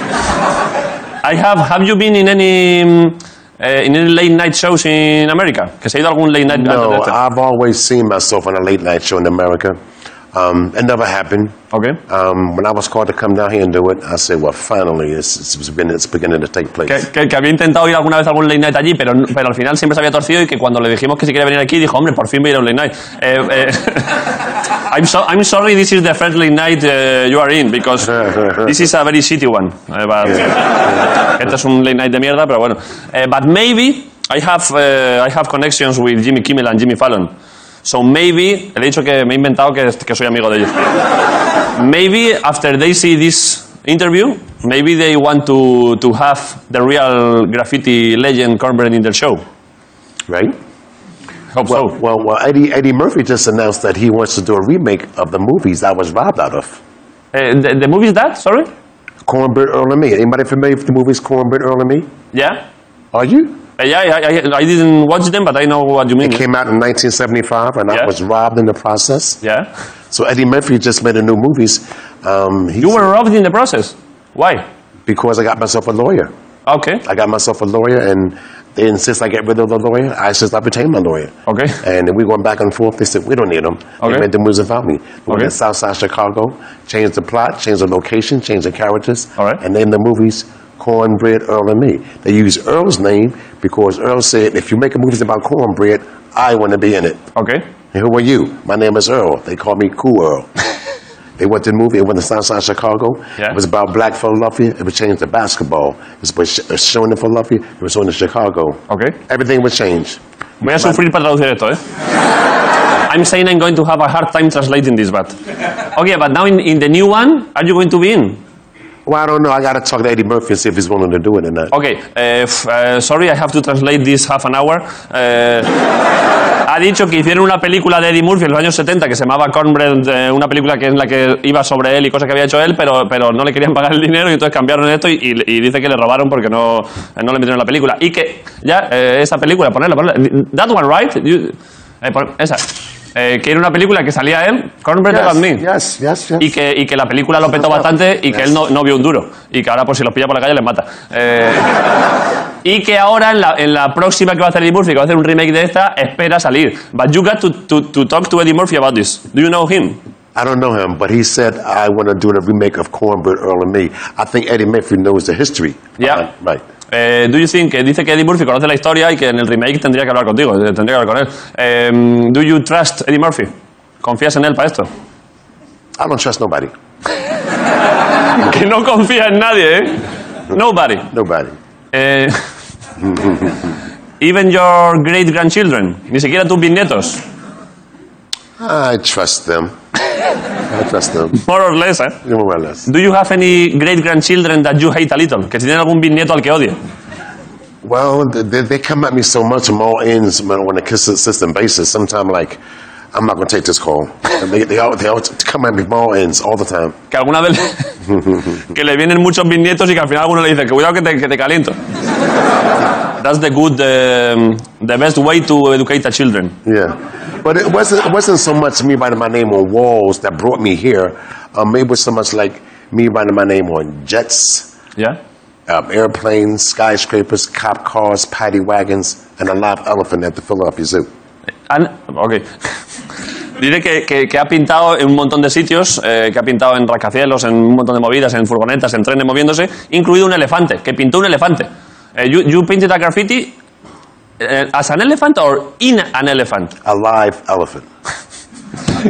I have, have you been in any, mm, eh, in any late night shows in America? Que se ha ido a algún late night antes de No, ah, este. I've always seen myself on a late night show in America. Um, it never happened. Ok. Um, when I was called to come down here and do it, I said, well, finally, it's, it's, been, it's beginning to take place. Que, que- que había intentado ir alguna vez a algún late night allí, pero, no- pero al final siempre se había torcido y que cuando le dijimos que si quería venir aquí, dijo, hombre, por fin voy a ir a un late night. Eh, eh, [LAUGHS] I'm, so- I'm sorry, this is the first late night eh, you are in, because this is a very shitty one. Eh, but- Este es un late night de mierda, pero bueno. Eh, but maybe I have, eh, I have connections with Jimmy Kimmel and Jimmy Fallon. So maybe, le he dicho que me he inventado que, que soy amigo de ellos. Maybe after they see this interview, maybe they want to, to have the real graffiti legend Cornbread in their show. Right? Hope so. Well, well Eddie, Eddie Murphy just announced that he wants to do a remake of the movies I was robbed out of. Eh, the, the movie is that, sorry? Cornbread Earl and Me. Anybody familiar with the movies Cornbread Earl and Me? Yeah? Are you? Eh, yeah, I, I, I didn't watch them, but I know what you mean. It came out in 1975, and Yeah. I was robbed in the process. Yeah? So Eddie Murphy just made a new movies. Um, he You said- were robbed in the process. Why? because I got myself a lawyer. Okay. I got myself a lawyer, and they insist I get rid of the lawyer. I insist I retain my lawyer. Okay. And then we going back and forth. They said we don't need them. Okay. They made the moves without me. We Okay. went to Southside Chicago, changed the plot, changed the location, changed the characters, All right. and named the movies Cornbread Earl and me. They used Earl's name because Earl said, if you make a movie about cornbread, I want to be in it. Ok. And who are you? My name is Earl. They call me [LAUGHS] Cool Earl. they went to the movie. It went to Southside Chicago. Yeah. It was about black Philadelphia. It was changed to basketball. It was- was was shown in uh, Philadelphia. It was shown in Chicago. Ok. Everything was changed. Voy a sufrir para traducir esto, ¿eh? I'm saying I'm going to have a hard time translating this, but... Okay, but now in, in the new one, are you going to be in? Well, I don't know. I got to talk to Eddie Murphy and see if he's willing to do it or not. Okay, eh, f- eh, sorry, I have to translate this half an hour. Eh, ha dicho que hicieron una película de Eddie Murphy en los años 70 que se llamaba Cornbread, eh, una película que en la que iba sobre él y cosas que había hecho él, pero, pero no le querían pagar el dinero y entonces cambiaron esto y, y- y dice que le robaron porque no, eh, no le metieron en la película. Y que, ya, eh, esa película, ponerla, ponerla. That one, right? You- eh, pon- esa. Eh, que era una película que salía él, Cornbread Yes, and Me. yes, yes, yes. [LAUGHS] Y que, y que la película lo petó bastante y que él no, no vio un duro. Y que ahora, pues, si los pilla por la calle, les mata. Eh, [LAUGHS] y que ahora, en la, en la próxima que va a hacer Eddie Murphy, que va a hacer un remake de esta, espera salir. But you got to, to, to talk to Eddie Murphy about this. Do you know him? I don't know him, but he said, I want to do a remake of Cornbread Earl and Me. I think Eddie Murphy knows the history. Yeah. Uh, right. Eh, do you think que dice que Eddie Murphy conoce la historia y que en el remake tendría que hablar contigo, eh, tendría que hablar con él. Em, do you trust Eddie Murphy? ¿Confías en él para esto? [LAUGHS] I don't trust nobody. Que no confía en nadie, ¿eh? Nobody. Nobody. Eh, even your great grandchildren, ni siquiera tus bisnietos, I trust them. [LAUGHS] I trust them. more or less. eh. More or less. Do you have any great grandchildren that you hate a little? Que si tienen algún bisnieto al que odie. Well, they, they come at me so much from all ends man, on a consistent basis. Sometimes, like, I'm not going to take this call. And they, they, all, they all come at me from all ends all the time. Que alguna vez que le [LAUGHS] vienen muchos bisnietos y que al final alguno le dice que cuidado que te, que te caliento. That's the good, um, the best way to educate the children. Yeah, but it wasn't it wasn't so much me writing my name on walls that brought me here. Um, it was so much like me writing my name on jets, Yeah. um, airplanes, skyscrapers, cop cars, paddy wagons, and a live elephant at the Philadelphia Zoo. Han- ok. Dice que, que- que ha pintado en un montón de sitios, eh, que ha pintado en rascacielos, en un montón de movidas, en furgonetas, en trenes moviéndose, incluido un elefante, que pintó un elefante. Eh, you, you painted a graffiti eh, as an elephant or in an elephant? [LAUGHS] A live elephant.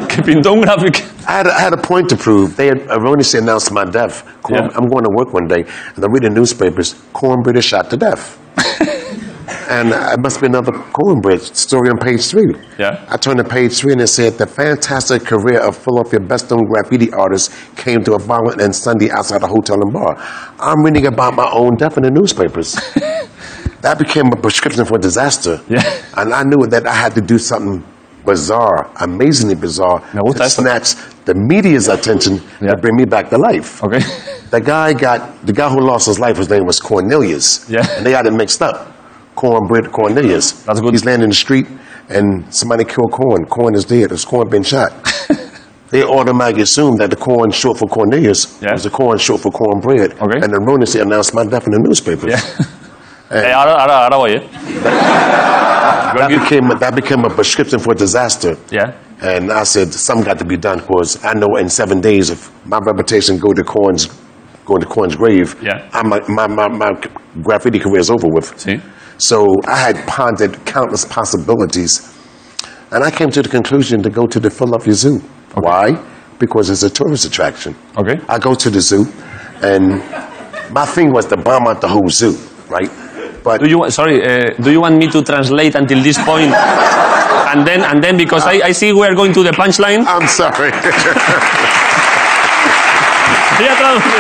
Que pintó un graffiti. I had, I had a point to prove. They had erroneously announced my death. Corn, Yeah. I'm going to work one day, and I read the newspapers. Cornbread is shot [LAUGHS] to death. and it must be another Cornbread story on page three. Yeah. I turned to page three, and it said the fantastic career of Philadelphia best-known graffiti artist came to a violent end Sunday outside a hotel and bar. I'm reading about my own death in [LAUGHS] the newspapers. that became a prescription for disaster. Yeah. And I knew that I had to do something bizarre, amazingly bizarre, Me gusta to eso. snatch the media's attention Yeah. to bring me back to life. Ok. The guy got the guy who lost his life. His name was Cornelius. Yeah. and they got it mixed up. Cornbread Cornelius. That's good. He's laying in the street, and somebody killed Corn. Corn is dead. His corn been [LAUGHS] shot. they automatically assumed that the corn short for Cornelius Yeah. was the corn short for cornbread, Okay. and erroneously announced my death in the newspapers. Eh, ahora, ahora, ahora voy, ¿eh? [LAUGHS] That became that became a prescription for disaster. Yeah. And I said, something got to be done because I know in seven days, if my reputation go to Corn's, going to Corn's grave, Yeah. I'm like, my, my, my graffiti career is over with. Sí. So I had pondered countless possibilities. And I came to the conclusion to go to the Philadelphia Zoo. Why? Because it's a tourist attraction. Okay. I go to the zoo, and my thing was to bomb out the whole zoo, right? But Do you, wa- sorry, eh, do you want me to translate until this point? And then, and then because I, I see we are going to the punchline. I'm sorry. [LAUGHS] Voy a traducir.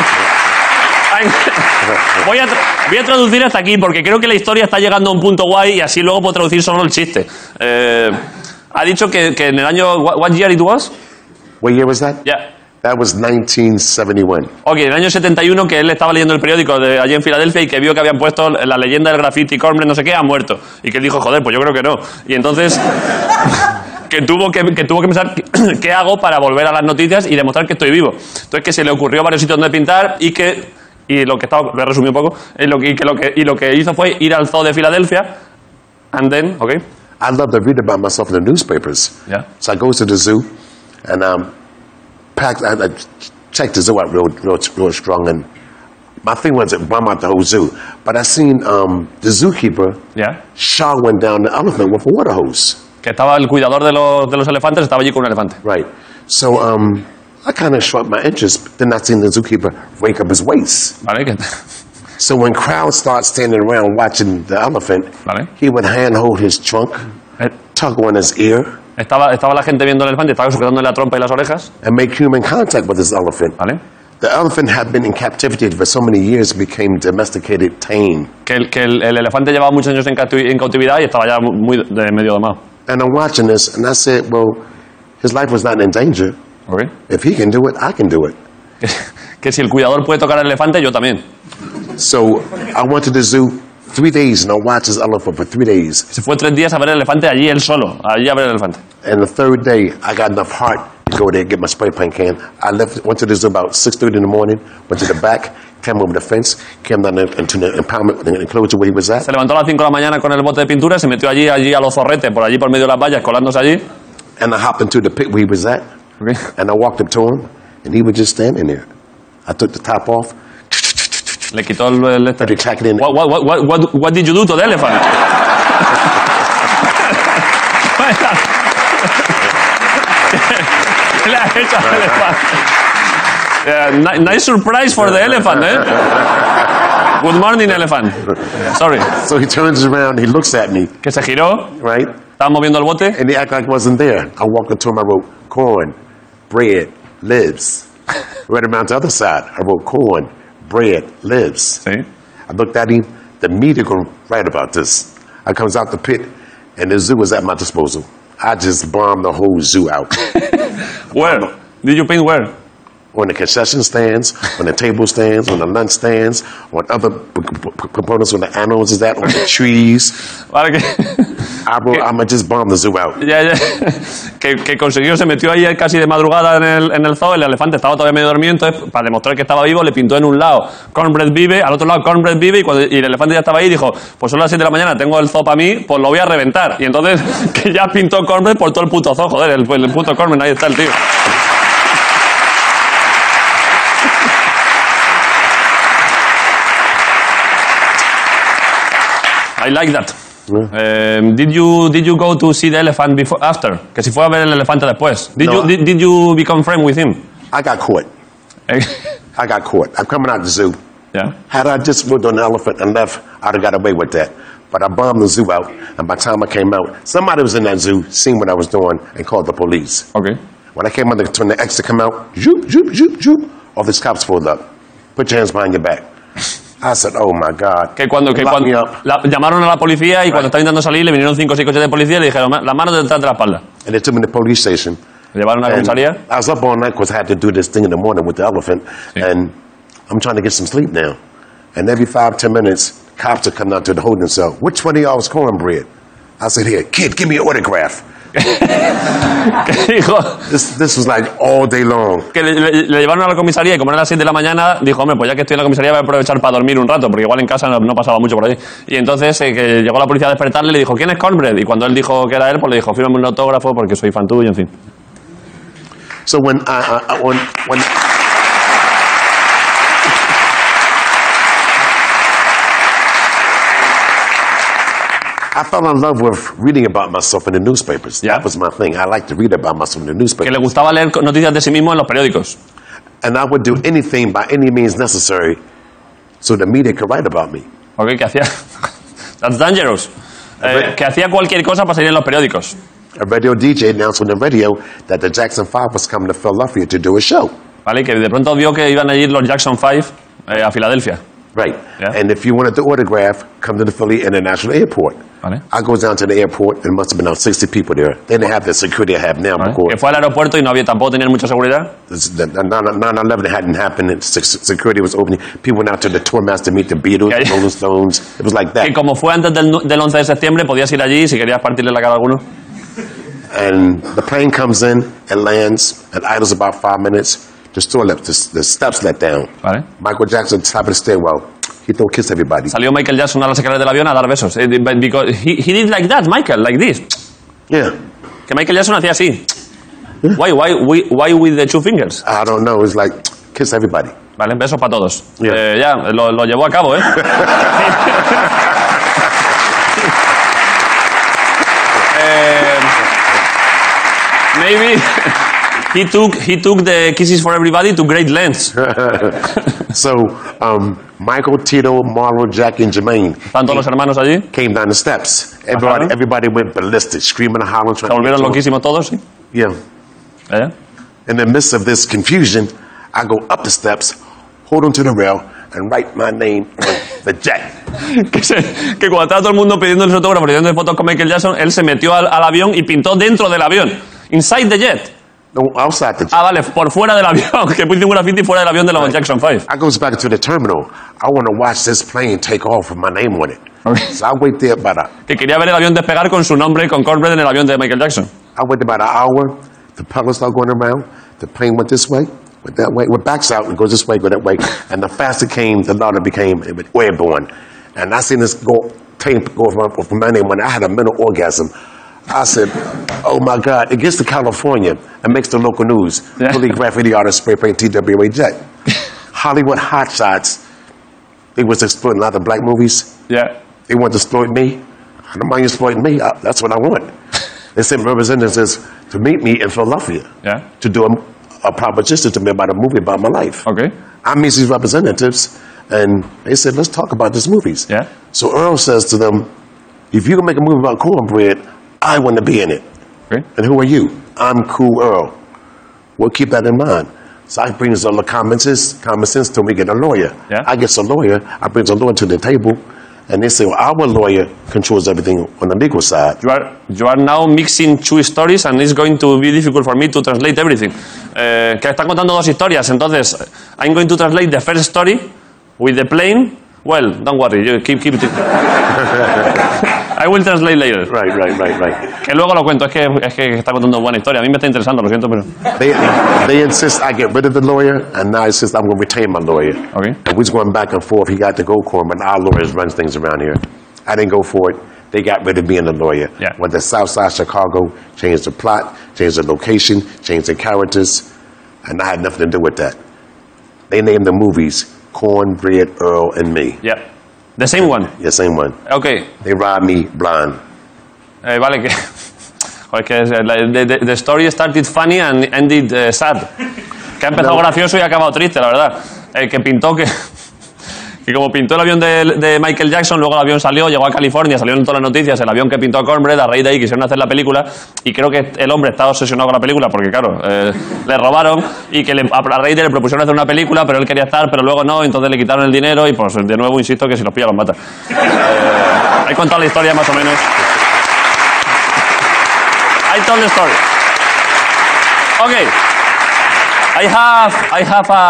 Ay, Voy a, tra- voy a traducir hasta aquí porque creo que la historia está llegando a un punto guay y así luego puedo traducir solo el chiste. Eh, ha dicho que, que en el año. What, what year it was? What year was that? Yeah. That was 1971. Ok, en el año 71 que él estaba leyendo el periódico de allí en Filadelfia y que vio que habían puesto la leyenda del graffiti Cornbread no sé qué ha muerto y que él dijo joder pues yo creo que no y entonces [LAUGHS] que tuvo que, que tuvo que [CLEARS THROAT] pensar qué- qué hago para volver a las noticias y demostrar que estoy vivo entonces que se le ocurrió varios sitios donde pintar y que y lo que estaba lo he resumido un poco y lo que, y que lo que y lo que hizo fue ir al zoo de Filadelfia and then ok I love to read about myself in the newspapers. Yeah. So I go to the zoo, and um, packed. I, I checked the zoo out real, real, real strong, and My thing was it bummed out the whole zoo. But I seen um, the zookeeper Ya. showering down the elephant with a water hose. Que estaba el cuidador de los, de los elefantes, estaba allí con un elefante. Right. So um, I kind of shrugged my interest, but then I seen the zookeeper rake up his waist. ¿Vale? Que- [LAUGHS] So when crowds start standing around watching the elephant, Vale. he would handhold his trunk, eh, tug on his ear, Estaba, estaba la gente viendo al elefante, estaba sujetándole la trompa y las orejas. and make human contact with his elephant. ¿Vale? The elephant had been in captivity for so many years, it became domesticated, tame. Que, el, que el, el elefante llevaba muchos años en, cauti- en cautividad y estaba ya mu- muy de medio domado. And I'm watching this, and I said, well, his life was not in danger. ¿Ok? [LAUGHS] If he can do it, I can do it. Que, que si el cuidador puede tocar al elefante, yo también. So I went to the zoo three days, and I watched this elephant for three days. Se fue tres días a ver el elefante allí él solo, allí a ver el elefante. And the third day, I got enough heart to go there and get my spray paint can. I left, went to the zoo about 6.30 in the morning, went to the back, came over the fence, came down into the impoundment, the enclosure where he was at, Se levantó a las 5 de la mañana con el bote de pintura, se metió allí, allí a los zorretes, por allí por medio de las vallas, colándose allí. and I hopped into the pit where he was at. ¿Ok? And I walked up to him, and he was just standing there. I took the top off, Le quitó el, el este. started clacking in. What, what, what, what, what, what did you do to the elephant? [LAUGHS] ¿Qué le has hecho al elefante? [LAUGHS] Yeah, ni- nice surprise for the elephant, eh? Good morning, elephant. Sorry. So he turns around, he looks at me, Que se giró, right? estaba moviendo el bote. And he act like he wasn't there. I walked up to him, I wrote corn, bread, lives. right around the other side, I wrote corn, bread, lives. Sí. I looked at him, the media gonna write about this. I comes out the pit, and the zoo was at my disposal. I just bombed the whole zoo out. Where? Did you paint where? on the concession stands, on the table stands, on the lunch stands, on other p- p- p- components on the animals is that, on the trees. Vale, que, [LAUGHS] I will, I'm gonna just bomb the zoo out. ya, ya. Que, que consiguió, se metió ahí casi de madrugada en el, en el zoo, el elefante estaba todavía medio dormido, entonces para demostrar que estaba vivo le pintó en un lado Cornbread vive, al otro lado Cornbread vive y, cuando, y el elefante ya estaba ahí y dijo, pues son las 7 de la mañana, tengo el zoo para mí, pues lo voy a reventar. Y entonces [LAUGHS] que ya pintó Cornbread por todo el puto zoo, joder, el, el puto Cornbread, ahí está el tío. I like that. Um, did you did you go to see the elephant before after? Que si fue a ver el elefante después. Did No. you did, did you become friend with him? [LAUGHS] I got caught. Eh, I got caught. I'm coming out the zoo. yeah. Had I just moved on the elephant and left, I'd have got away with that. But I bombed the zoo out, and by the time I came out, somebody was in that zoo, seen what I was doing, and called the police. Okay. When I came out, the, when the exit come out, zoop, zoop, zoop, zoop, all these cops pulled up. Put your hands behind your back. I said, oh my God. Que cuando, que Lock cuando me up. la- llamaron a la policía y cuando estaba intentando salir le vinieron cinco o seis coches de policía y le dijeron "Ma- las manos detrás de la espalda. And they took me to the police station. Le llevaron a la And comisaría. [LAUGHS] I was up all night because I had to do this thing in the morning with the elephant. And I'm trying to get some sleep now. And every five, ten minutes, cops are coming out to the holding cell. Which one of y'all is cornbread? I said, here, kid, give me an autograph. Que dijo This, this was like all day long. que le, le- le llevaron a la comisaría y como eran las 6 de la mañana dijo hombre pues ya que estoy en la comisaría voy a aprovechar para dormir un rato porque igual en casa no, no pasaba mucho por allí. Y entonces eh, que llegó la policía a despertarle y le dijo ¿quién es Cornbread? Y cuando él dijo que era él pues le dijo fírmame un autógrafo porque soy fan tuyo en fin. So when I, I, I when, when, I fell in love with reading about myself in the newspapers. Yeah. That was my thing. I like to read about myself in the que newspapers. le gustaba leer co- noticias de sí mismo en los periódicos. and I would do anything by any means necessary so the media could write about me. Ok, que hacía. [LAUGHS] That's dangerous. Eh, que hacía cualquier cosa para salir en los periódicos. A radio DJ announced on the radio that the Jackson 5 was coming to Philadelphia to do a show. ¿Vale? Que de pronto vio que iban a ir los Jackson 5 eh, a Filadelfia. Right. Yeah. And if you wanted the autograph, come to the Philly International Airport. Vale. I goes down to the airport, and must have been about 60 people there. They didn't have the security I have now, ¿vale? of course. Que fue al aeropuerto y no había tampoco tenían mucha seguridad. This- the- the 9 9 11 hadn't happened, and se- security was opening. People went out to the tour master to meet the Beatles, Yeah, yeah. the Rolling Stones. It was like that. Que como fue antes del, nu- del 11 de septiembre, podías ir allí y si querías partirle la cara a alguno. and the plane comes in, it lands, it idles about five minutes. The store left, the, the steps let down. Vale. Michael Jackson, top of the stairwell, he throw kiss everybody. Salió Michael Jackson a las escaleras del avión a dar besos. Eh, but because he, he did like that, Michael, like this. Yeah, Que Michael Jackson hacía así. Why, why, why, why with the two fingers? I don't know. It's like Kiss everybody. Vale, besos para todos. Bien. Eh, ya, lo, lo llevó a cabo, ¿eh? Eh, maybe he took, he took the kisses for everybody to great lengths. so um, Michael, Tito, Marlon, Jack, and Jermaine Están todos los hermanos allí. came down the steps. Everybody, Ajá. everybody went ballistic, screaming and hollering. Se Trying volvieron to get loquísimos todos, sí. to him. yeah. ¿Eh? [LAUGHS] In the midst of this confusion, I go up the steps, hold onto the rail, and write my name on the jack. Que, se- que cuando estaba todo el mundo pidiendo el autógrafo, pidiendo fotos con Michael Jackson, él se metió al, al avión y pintó dentro del avión. Inside the jet. No, outside the jack. Ah, vale, por fuera del avión. [LAUGHS] Que puso un graffiti fuera del avión de los Jackson 5. I goes back to the terminal. I want to watch this plane take off with my name on it. So I wait there about a, que quería ver el avión despegar con su nombre y con Cornbread en el avión de Michael Jackson. I wait about an hour. The pilot start going around. The plane went this way, went that way, went backs out, and goes this way, go that way. And the faster it came, the louder it became. It was airborne. And I seen this go, tape go from my, from my name when I had a mental orgasm. I said, oh my God, it gets to California and makes the local news. Yeah. Fully graffiti artist spray paint TWA jet. Hollywood hotshots, they was exploiting a lot of black movies. Yeah. They want to exploit me. I don't mind you exploiting me. I, that's what I [LAUGHS] want. They sent representatives to meet me in Philadelphia Yeah. to do a, a proposition to me about a movie about my life. Okay. I meet these representatives, and they said, let's talk about these movies. Yeah. So Earl says to them, if you're going to make a movie about cornbread, I want to be in it. Okay. And who are you? I'm Cool Earl. Well, keep that in mind. So I bring this other common sense, common sense till we get a lawyer. Yeah. I get a lawyer, I bring the lawyer to the table, and they say, well, our lawyer controls everything on the legal side. You are, you are now mixing two stories and it's going to be difficult for me to translate everything. Eh, que están contando dos historias, entonces I'm going to translate the first story with the plane. Well, don't worry, you keep, keep it. [LAUGHS] I will translate later. Right, right, right, right. Que luego lo cuento, es que, es que está contando buena historia. A mí me está interesando, lo siento, pero... They, they insist I get rid of the lawyer, and now I insist I'm going to retain my lawyer. Okay. And we was going back and forth. He got the gold coin, but our lawyers runs things around here. I didn't go for it. They got rid of being a lawyer. Yeah. Went to South Side Chicago, changed the plot, changed the location, changed the characters, and I had nothing to do with that. They named the movies Cornbread, Earl, and Me. Yeah. The same one. Yeah, same one. Okay. They robbed me blind. Eh, vale, que. [LAUGHS] Joder, que es, eh, la- the, the- the story started funny and ended eh, sad. Que ha empezado gracioso y ha acabado triste, la verdad. El que pintó que. [LAUGHS] Que como pintó el avión de, de Michael Jackson, luego el avión salió, llegó a California, salieron todas las noticias, el avión que pintó Cornbread, a raíz de ahí quisieron hacer la película, y creo que el hombre estaba obsesionado con la película, porque claro, eh, le robaron, y que le, a a raíz de le propusieron hacer una película, pero él quería estar, pero luego no, entonces le quitaron el dinero, y pues de nuevo insisto que si los pilla los mata. Eh, he contado la historia más o menos. I told the story. Okay. I have I have a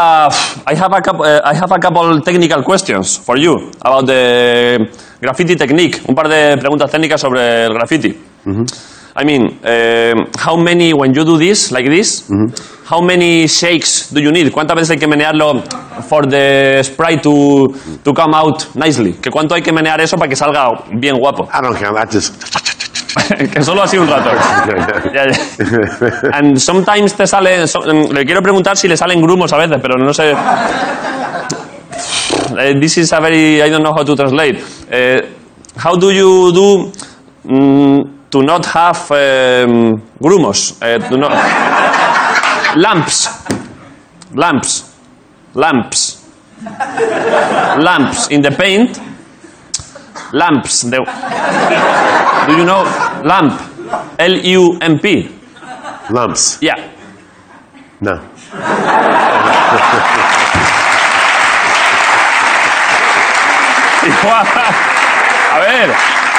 I have a couple, eh, I have a couple technical questions for you about the graffiti technique. Un par de preguntas técnicas sobre el graffiti. I mean, eh, how many when you do this like this? How many shakes do you need? ¿Cuántas veces hay que menearlo for the spray to to come out nicely? ¿Que cuánto hay que menear eso para que salga bien guapo? I don't care. I just. [LAUGHS] que solo así un rato. Ya, ya. And sometimes te sale. so- mm, le quiero preguntar si le salen grumos a veces, pero no sé. Eh, this is a very. I don't know how to translate. Eh, how do you do mm, to not have em, grumos? Eh, to not- lamps. Lamps. Lamps. Lamps in the paint. Lamps. The, do you know lamp? L U M P. Lumps. Yeah. [LAUGHS] No. A ver,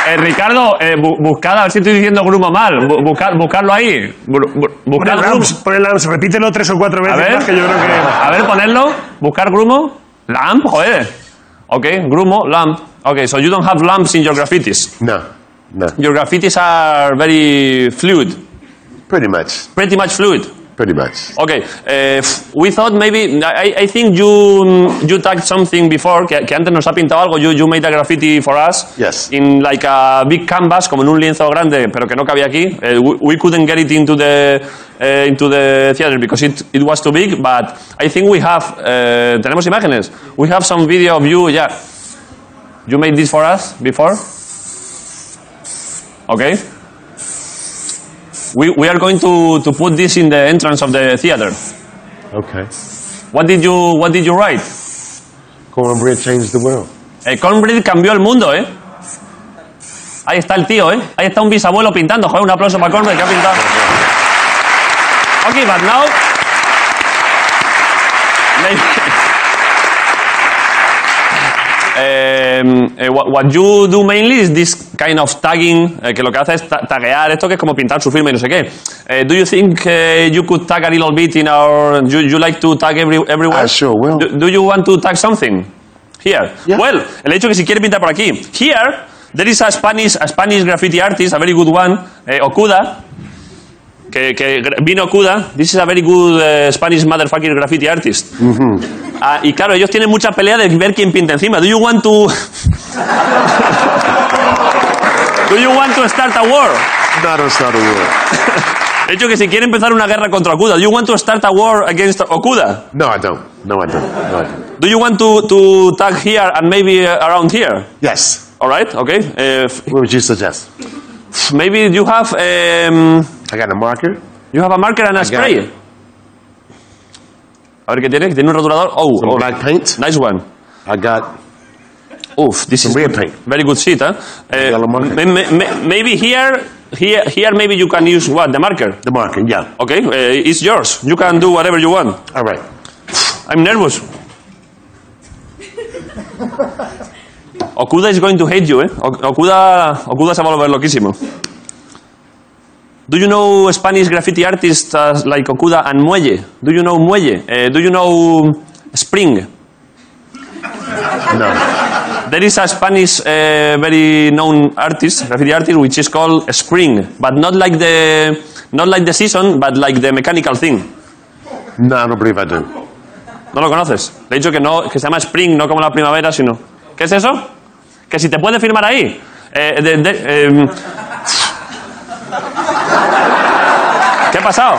eh, Ricardo, eh, bu- buscad, a ver si estoy diciendo grumo mal. Bu- buscad- buscadlo ahí. Bu- bu- Pon buscad el grumo. Lams, pon el Lams, repítelo tres o cuatro A veces ver, más que yo creo que. a ver, ponerlo. Buscar grumo. Lamp, joder. Ok, grumo, lamp. Ok, so you don't have lamps in your graffitis. No. No. Your graffitis are very fluid. Pretty much. Pretty much fluid. Pretty much. Okay, eh, we thought maybe I, I think you you tagged something before que, que antes nos ha pintado algo. You, you made a graffiti for us. Yes. In like a big canvas, como en un lienzo grande, pero que no cabía aquí. Eh, we, we couldn't get it into the eh, into the theater because it it was too big. But I think we have eh, tenemos imágenes. We have some video of you. Yeah. You made this for us before. Okay. We, we are going to, to put this in the entrance of the theater. Okay. What did you What did you write? Cornbread changed the world. El cornbread cambió el mundo, ¿eh? Ahí está el tío, ¿eh? Ahí está un bisabuelo pintando. Joder, un aplauso para Cornbread que ha pintado. Okay, but now. Em, eh, what, what you do mainly is this kind of tagging, eh, que lo que hace es ta- taguear esto, que es como pintar su firma y no sé qué. Eh, do you think eh, you could tag a little bit in our... You, you like to tag every, everywhere? I Ah, sure will. Do, do you want to tag something? Here. Yeah. Well, el hecho que si quiere pintar por aquí. Here, there is a Spanish, a Spanish graffiti artist, a very good one, eh, Okuda. Que, que gra- vino Okuda. This is a very good eh, Spanish motherfucking graffiti artist. Ah, y claro, ellos tienen mucha pelea de ver quién pinta encima. Do you want to. [LAUGHS] Do you want to start a war? No, that's not a word. De hecho, que si quiere empezar una guerra contra Okuda, do you want to start a war against Okuda? No, I don't. No, I don't. No, I don't. Do you want to, to tag here and maybe uh, around here? Yes. All right, okay. Uh, f- What would you suggest? maybe you have um, I got a marker. you have a marker and a spray. A ver qué tiene, que tiene un rotulador. Oh, Some oh, black paint. nice one. I got Oof, this some is red paint. Very good sheet, huh? Eh, Yellow marker. may- may- may- maybe here, here, here, maybe you can use what the marker. The marker, yeah. Okay, eh, it's yours. You can do whatever you want. All right. I'm nervous. Okuda is going to hate you, eh? Ok- Okuda, Okuda se va a volver loquísimo. Do you know Spanish graffiti artists as like Okuda and Muelle? Do you know Muelle? Eh, do you know Spring? No. There is a Spanish eh, very known artist, graffiti artist, which is called Spring, but not like the not like the season, but like the mechanical thing. No, I don't believe I do. No lo conoces. Le he dicho que, no, que se llama Spring, no como la primavera, sino. ¿Qué es eso? Que si te puede firmar ahí. Eh, de- de- em. ¿Qué ha pasado?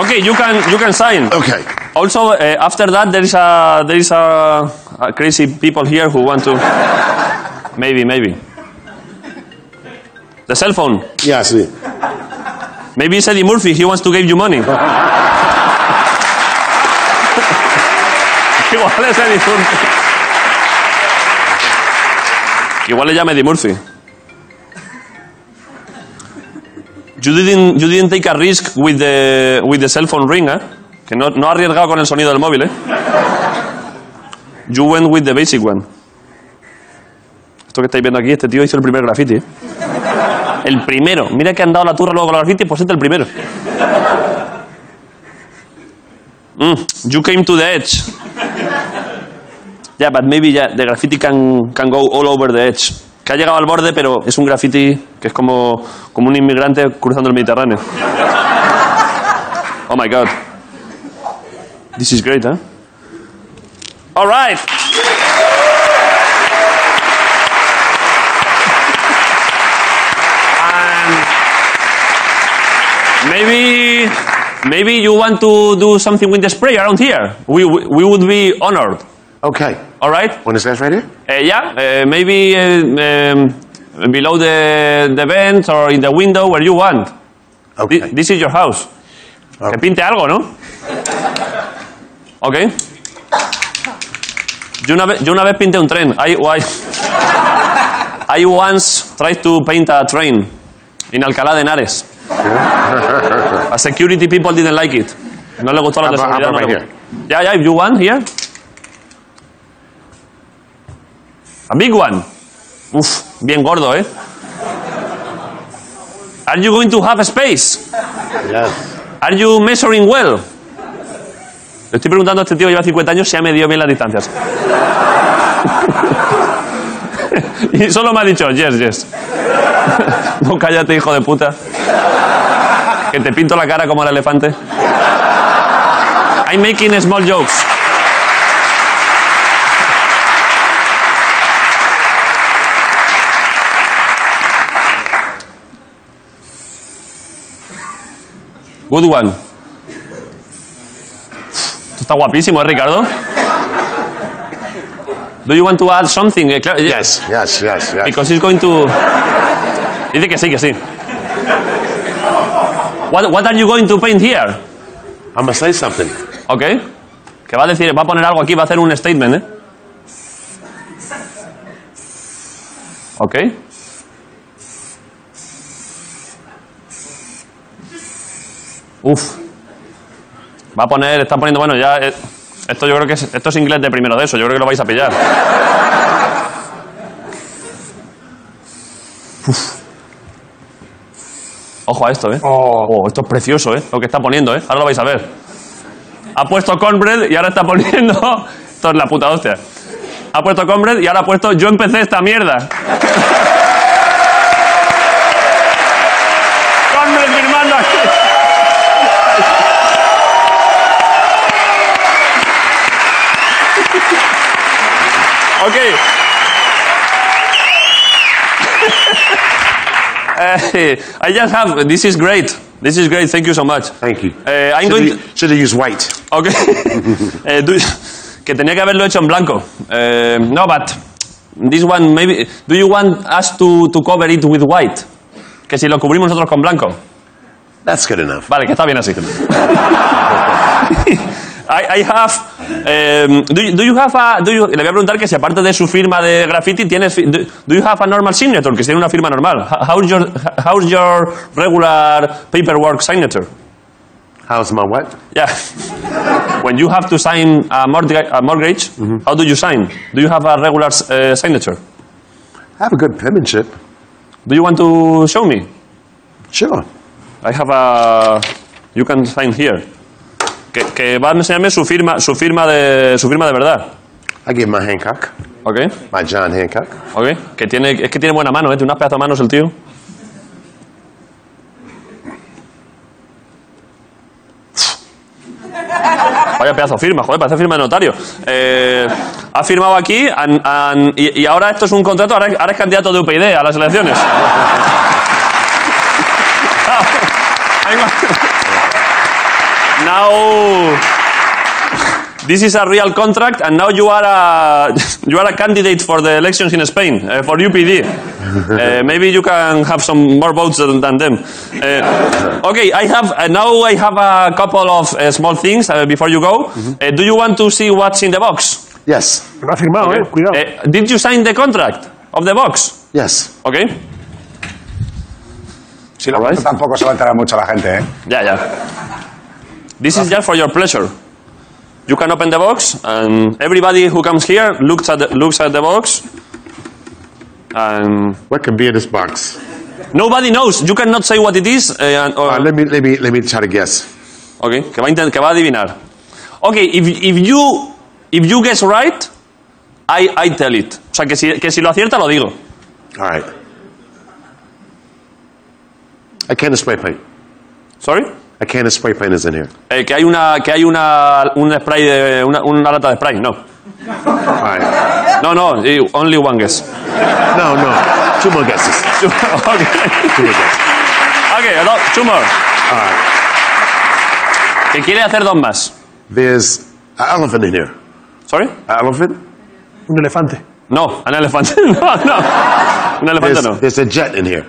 Okay, you can you can sign. Okay. Also, eh, after that, there is a there is a, a crazy people here who want to. Maybe, maybe. The cell phone. Yeah, I see. Maybe it's Eddie Murphy. He wants to give you money. [LAUGHS] Igual es Eddie Murphy. Igual le llama Eddie Murphy. You didn't, you didn't take a risk with the, with the cell phone ring, ¿eh? Que no, no ha arriesgado con el sonido del móvil, ¿eh? You went with the basic one. Esto que estáis viendo aquí, este tío hizo el primer graffiti, ¿eh? El primero. Mira que han dado la turra luego con la graffiti, pues este el primero. Mm, you came to the edge. Yeah, but maybe yeah, the graffiti can, can go all over the edge. Que ha llegado al borde, pero es un graffiti que es como, como un inmigrante cruzando el Mediterráneo. Oh my god. This is great, huh? All right. Maybe, maybe you want to do something with the spray around here. We, we, we would be honored. Okay. All right? Want to this right here? Uh, yeah, uh, maybe uh, um, below the, the vent or in the window where you want. Thi- Okay. This, is your house. Que pinte algo, ¿no? Ok. Yo una, vez, yo una vez pinté un tren. I, I, I once tried to paint a train in Alcalá de Henares. A security people didn't like it. No le gustó la How about- how seguridad. about no le right gustó. Yeah, yeah, if you want, here. A big one. Uf, bien gordo, ¿eh? Are you going to have space? Yes. Are you measuring well? Le estoy preguntando a este tío que lleva 50 años si ha medido bien las distancias. [LAUGHS] Y solo me ha dicho, yes, yes. [LAUGHS] No cállate, hijo de puta. Que te pinto la cara como el elefante. I'm making small jokes. Good one. Esto está guapísimo, ¿eh, Ricardo? Do you want to add something? Eh, claro, Yes, yes, yes, yes. Because he's going to. Dice que sí, que sí. What, what are you going to paint here? I'm gonna say something. Ok. Que va a decir, va a poner algo aquí, va a hacer un statement, ¿eh? Ok. Uf. Va a poner, está poniendo, bueno, ya. eh, esto yo creo que es, esto es inglés de primero de eso, yo creo que lo vais a pillar. Uf. Ojo a esto, ¿eh? Oh, esto es precioso, ¿eh? Lo que está poniendo, ¿eh? Ahora lo vais a ver. Ha puesto cornbread y ahora está poniendo. [LAUGHS] Esto es la puta hostia. Ha puesto cornbread y ahora ha puesto. Yo empecé esta mierda. cornbread firmando aquí. [LAUGHS] ok. [LAUGHS] Eh, I just have. This is great. This is great. Thank you so much. Thank you. Eh, I'm should, going have, should have used white. Ok. Eh, do- que tenía que haberlo hecho en blanco. Eh, no, but this one maybe. Do you want us to, to cover it with white? Que si lo cubrimos nosotros con blanco. That's good enough. Vale, que está bien así. I, I have. em, do, you- do you have a, do you- le voy a preguntar que si aparte de su firma de graffiti tienes. fi- Do, do you have a normal signature? Que si tiene una firma normal. How- How's your, how's your regular paperwork signature? How's my what? Yeah. When you have to sign a mortgage, a mortgage how do you sign? Do you have a regular uh, signature? I have a good penmanship. Do you want to show me? Sure. I have a. You can sign here. Que, que va a enseñarme su firma, su firma de, su firma de verdad. I give my Hancock, ¿Ok? my John Hancock. ¿Ok? Que tiene, es que tiene buena mano, ¿eh? Tiene unas pedazos de manos el tío. Vaya pedazo de firma, joder, parece firma de notario. Eh, ha firmado aquí an- an- y, y ahora esto es un contrato, ahora, es- ahora es candidato de UPyD a las elecciones. now, this is a real contract and now you are a, [LAUGHS] you are a candidate for the elections in Spain, eh, for UPD. [LAUGHS] Eh, maybe you can have some more votes than, than them. Eh, okay, I have, uh, now I have a couple of eh, small things eh, before you go. Mm-hmm. Eh, do you want to see what's in the box? Yes, Lo ha firmado, ¿eh? Cuidado. Eh, did you sign the contract of the box? yes. Okay. Si lo cuento tampoco se va a enterar mucho la gente, ¿eh? Ah. Yeah, yeah. This is just for your pleasure. You can open the box, and everybody who comes here looks at the, looks at the box, and What could be in this box? nobody knows. You cannot say what it is. eh, and, or- Uh, let me let me let me try to guess. okay, que va, a intent- que va a adivinar. Okay, if, if you if you guess right, I, I tell it. O sea, que si, que si lo acierta lo digo. All right. A can of spray paint. Sorry. A can of spray paint is in here. Eh, que hay una que hay una un spray de, una, una lata de spray. No, All right. no, no. eh, Only one guess. [LAUGHS] No, no. Two more guesses. Okay. Two more guesses. Ok, hello, two more. Que quiere hacer dos más. There's an elephant in here. Sorry? An elephant. Un elefante. No, an elephant. [LAUGHS] No, no. Un elefante There's, no. there's a jet in here.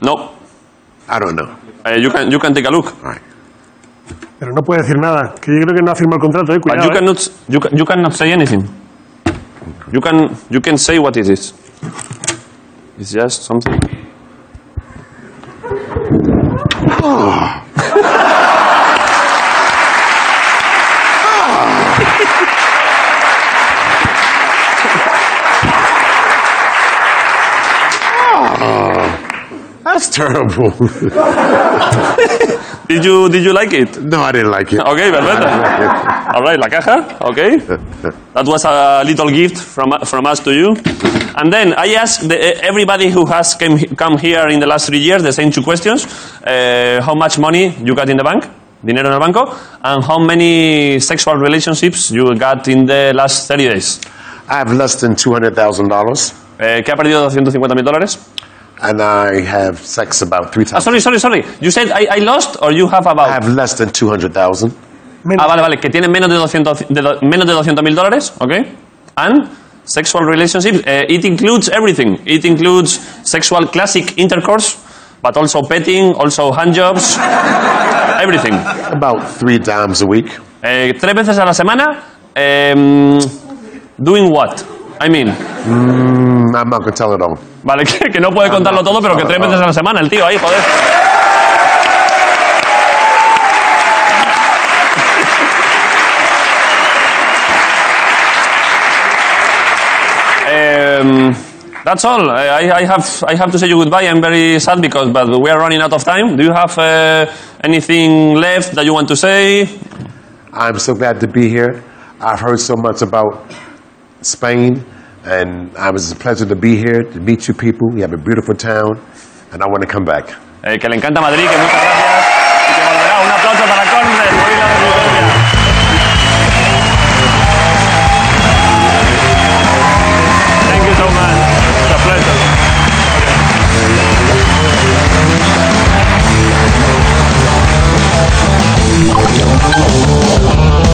No. I don't know. Eh, you, can, you can take a look. All right. Pero no puede decir nada. Que yo creo que no ha firmado el contrato, ¿eh? But Cuidado. you ¿eh? cannot you can, you cannot say anything. You can you can say what it is. It's just something. That's terrible. [LAUGHS] Did you, did you like it? no, I didn't like it. Okay, perfecto. All right, la caja. Okay. That was a little gift from, from us to you. And then I asked the, everybody who has came, come here in the last three years the same two questions. Uh, how much money you got in the bank? Dinero en el banco. And how many sexual relationships you got in the last 30 days? I have less than $200,000, Eh, ¿Que ha perdido 250 mil dólares? and I have sex about three Ah, times. sorry, sorry, sorry. You said I, I lost or you have I about. have less than 200,000. Ah, vale, vale. Que tiene menos de 200 de do- menos de 200 mil dólares, ¿ok? And sexual relationships. eh, it includes everything. It includes sexual classic intercourse, but also petting, also handjobs, [LAUGHS] everything. About three times a week. Eh, tres veces a la semana. em, doing what? I mean. Mm, I'm not going to tell it all. Vale, [LAUGHS] que, que no puede contarlo todo, pero que tres veces a la semana el tío ahí, joder. Em, that's all. I, I- I have I have to say you goodbye. I'm very sad because but we are running out of time. Do you have uh, anything left that you want to say? I'm so glad to be here. I've heard so much about Spain, and it was a pleasure to be here, to meet you people. You have a beautiful town, and I want to come back. Eh, que le encanta Madrid, que muchas gracias.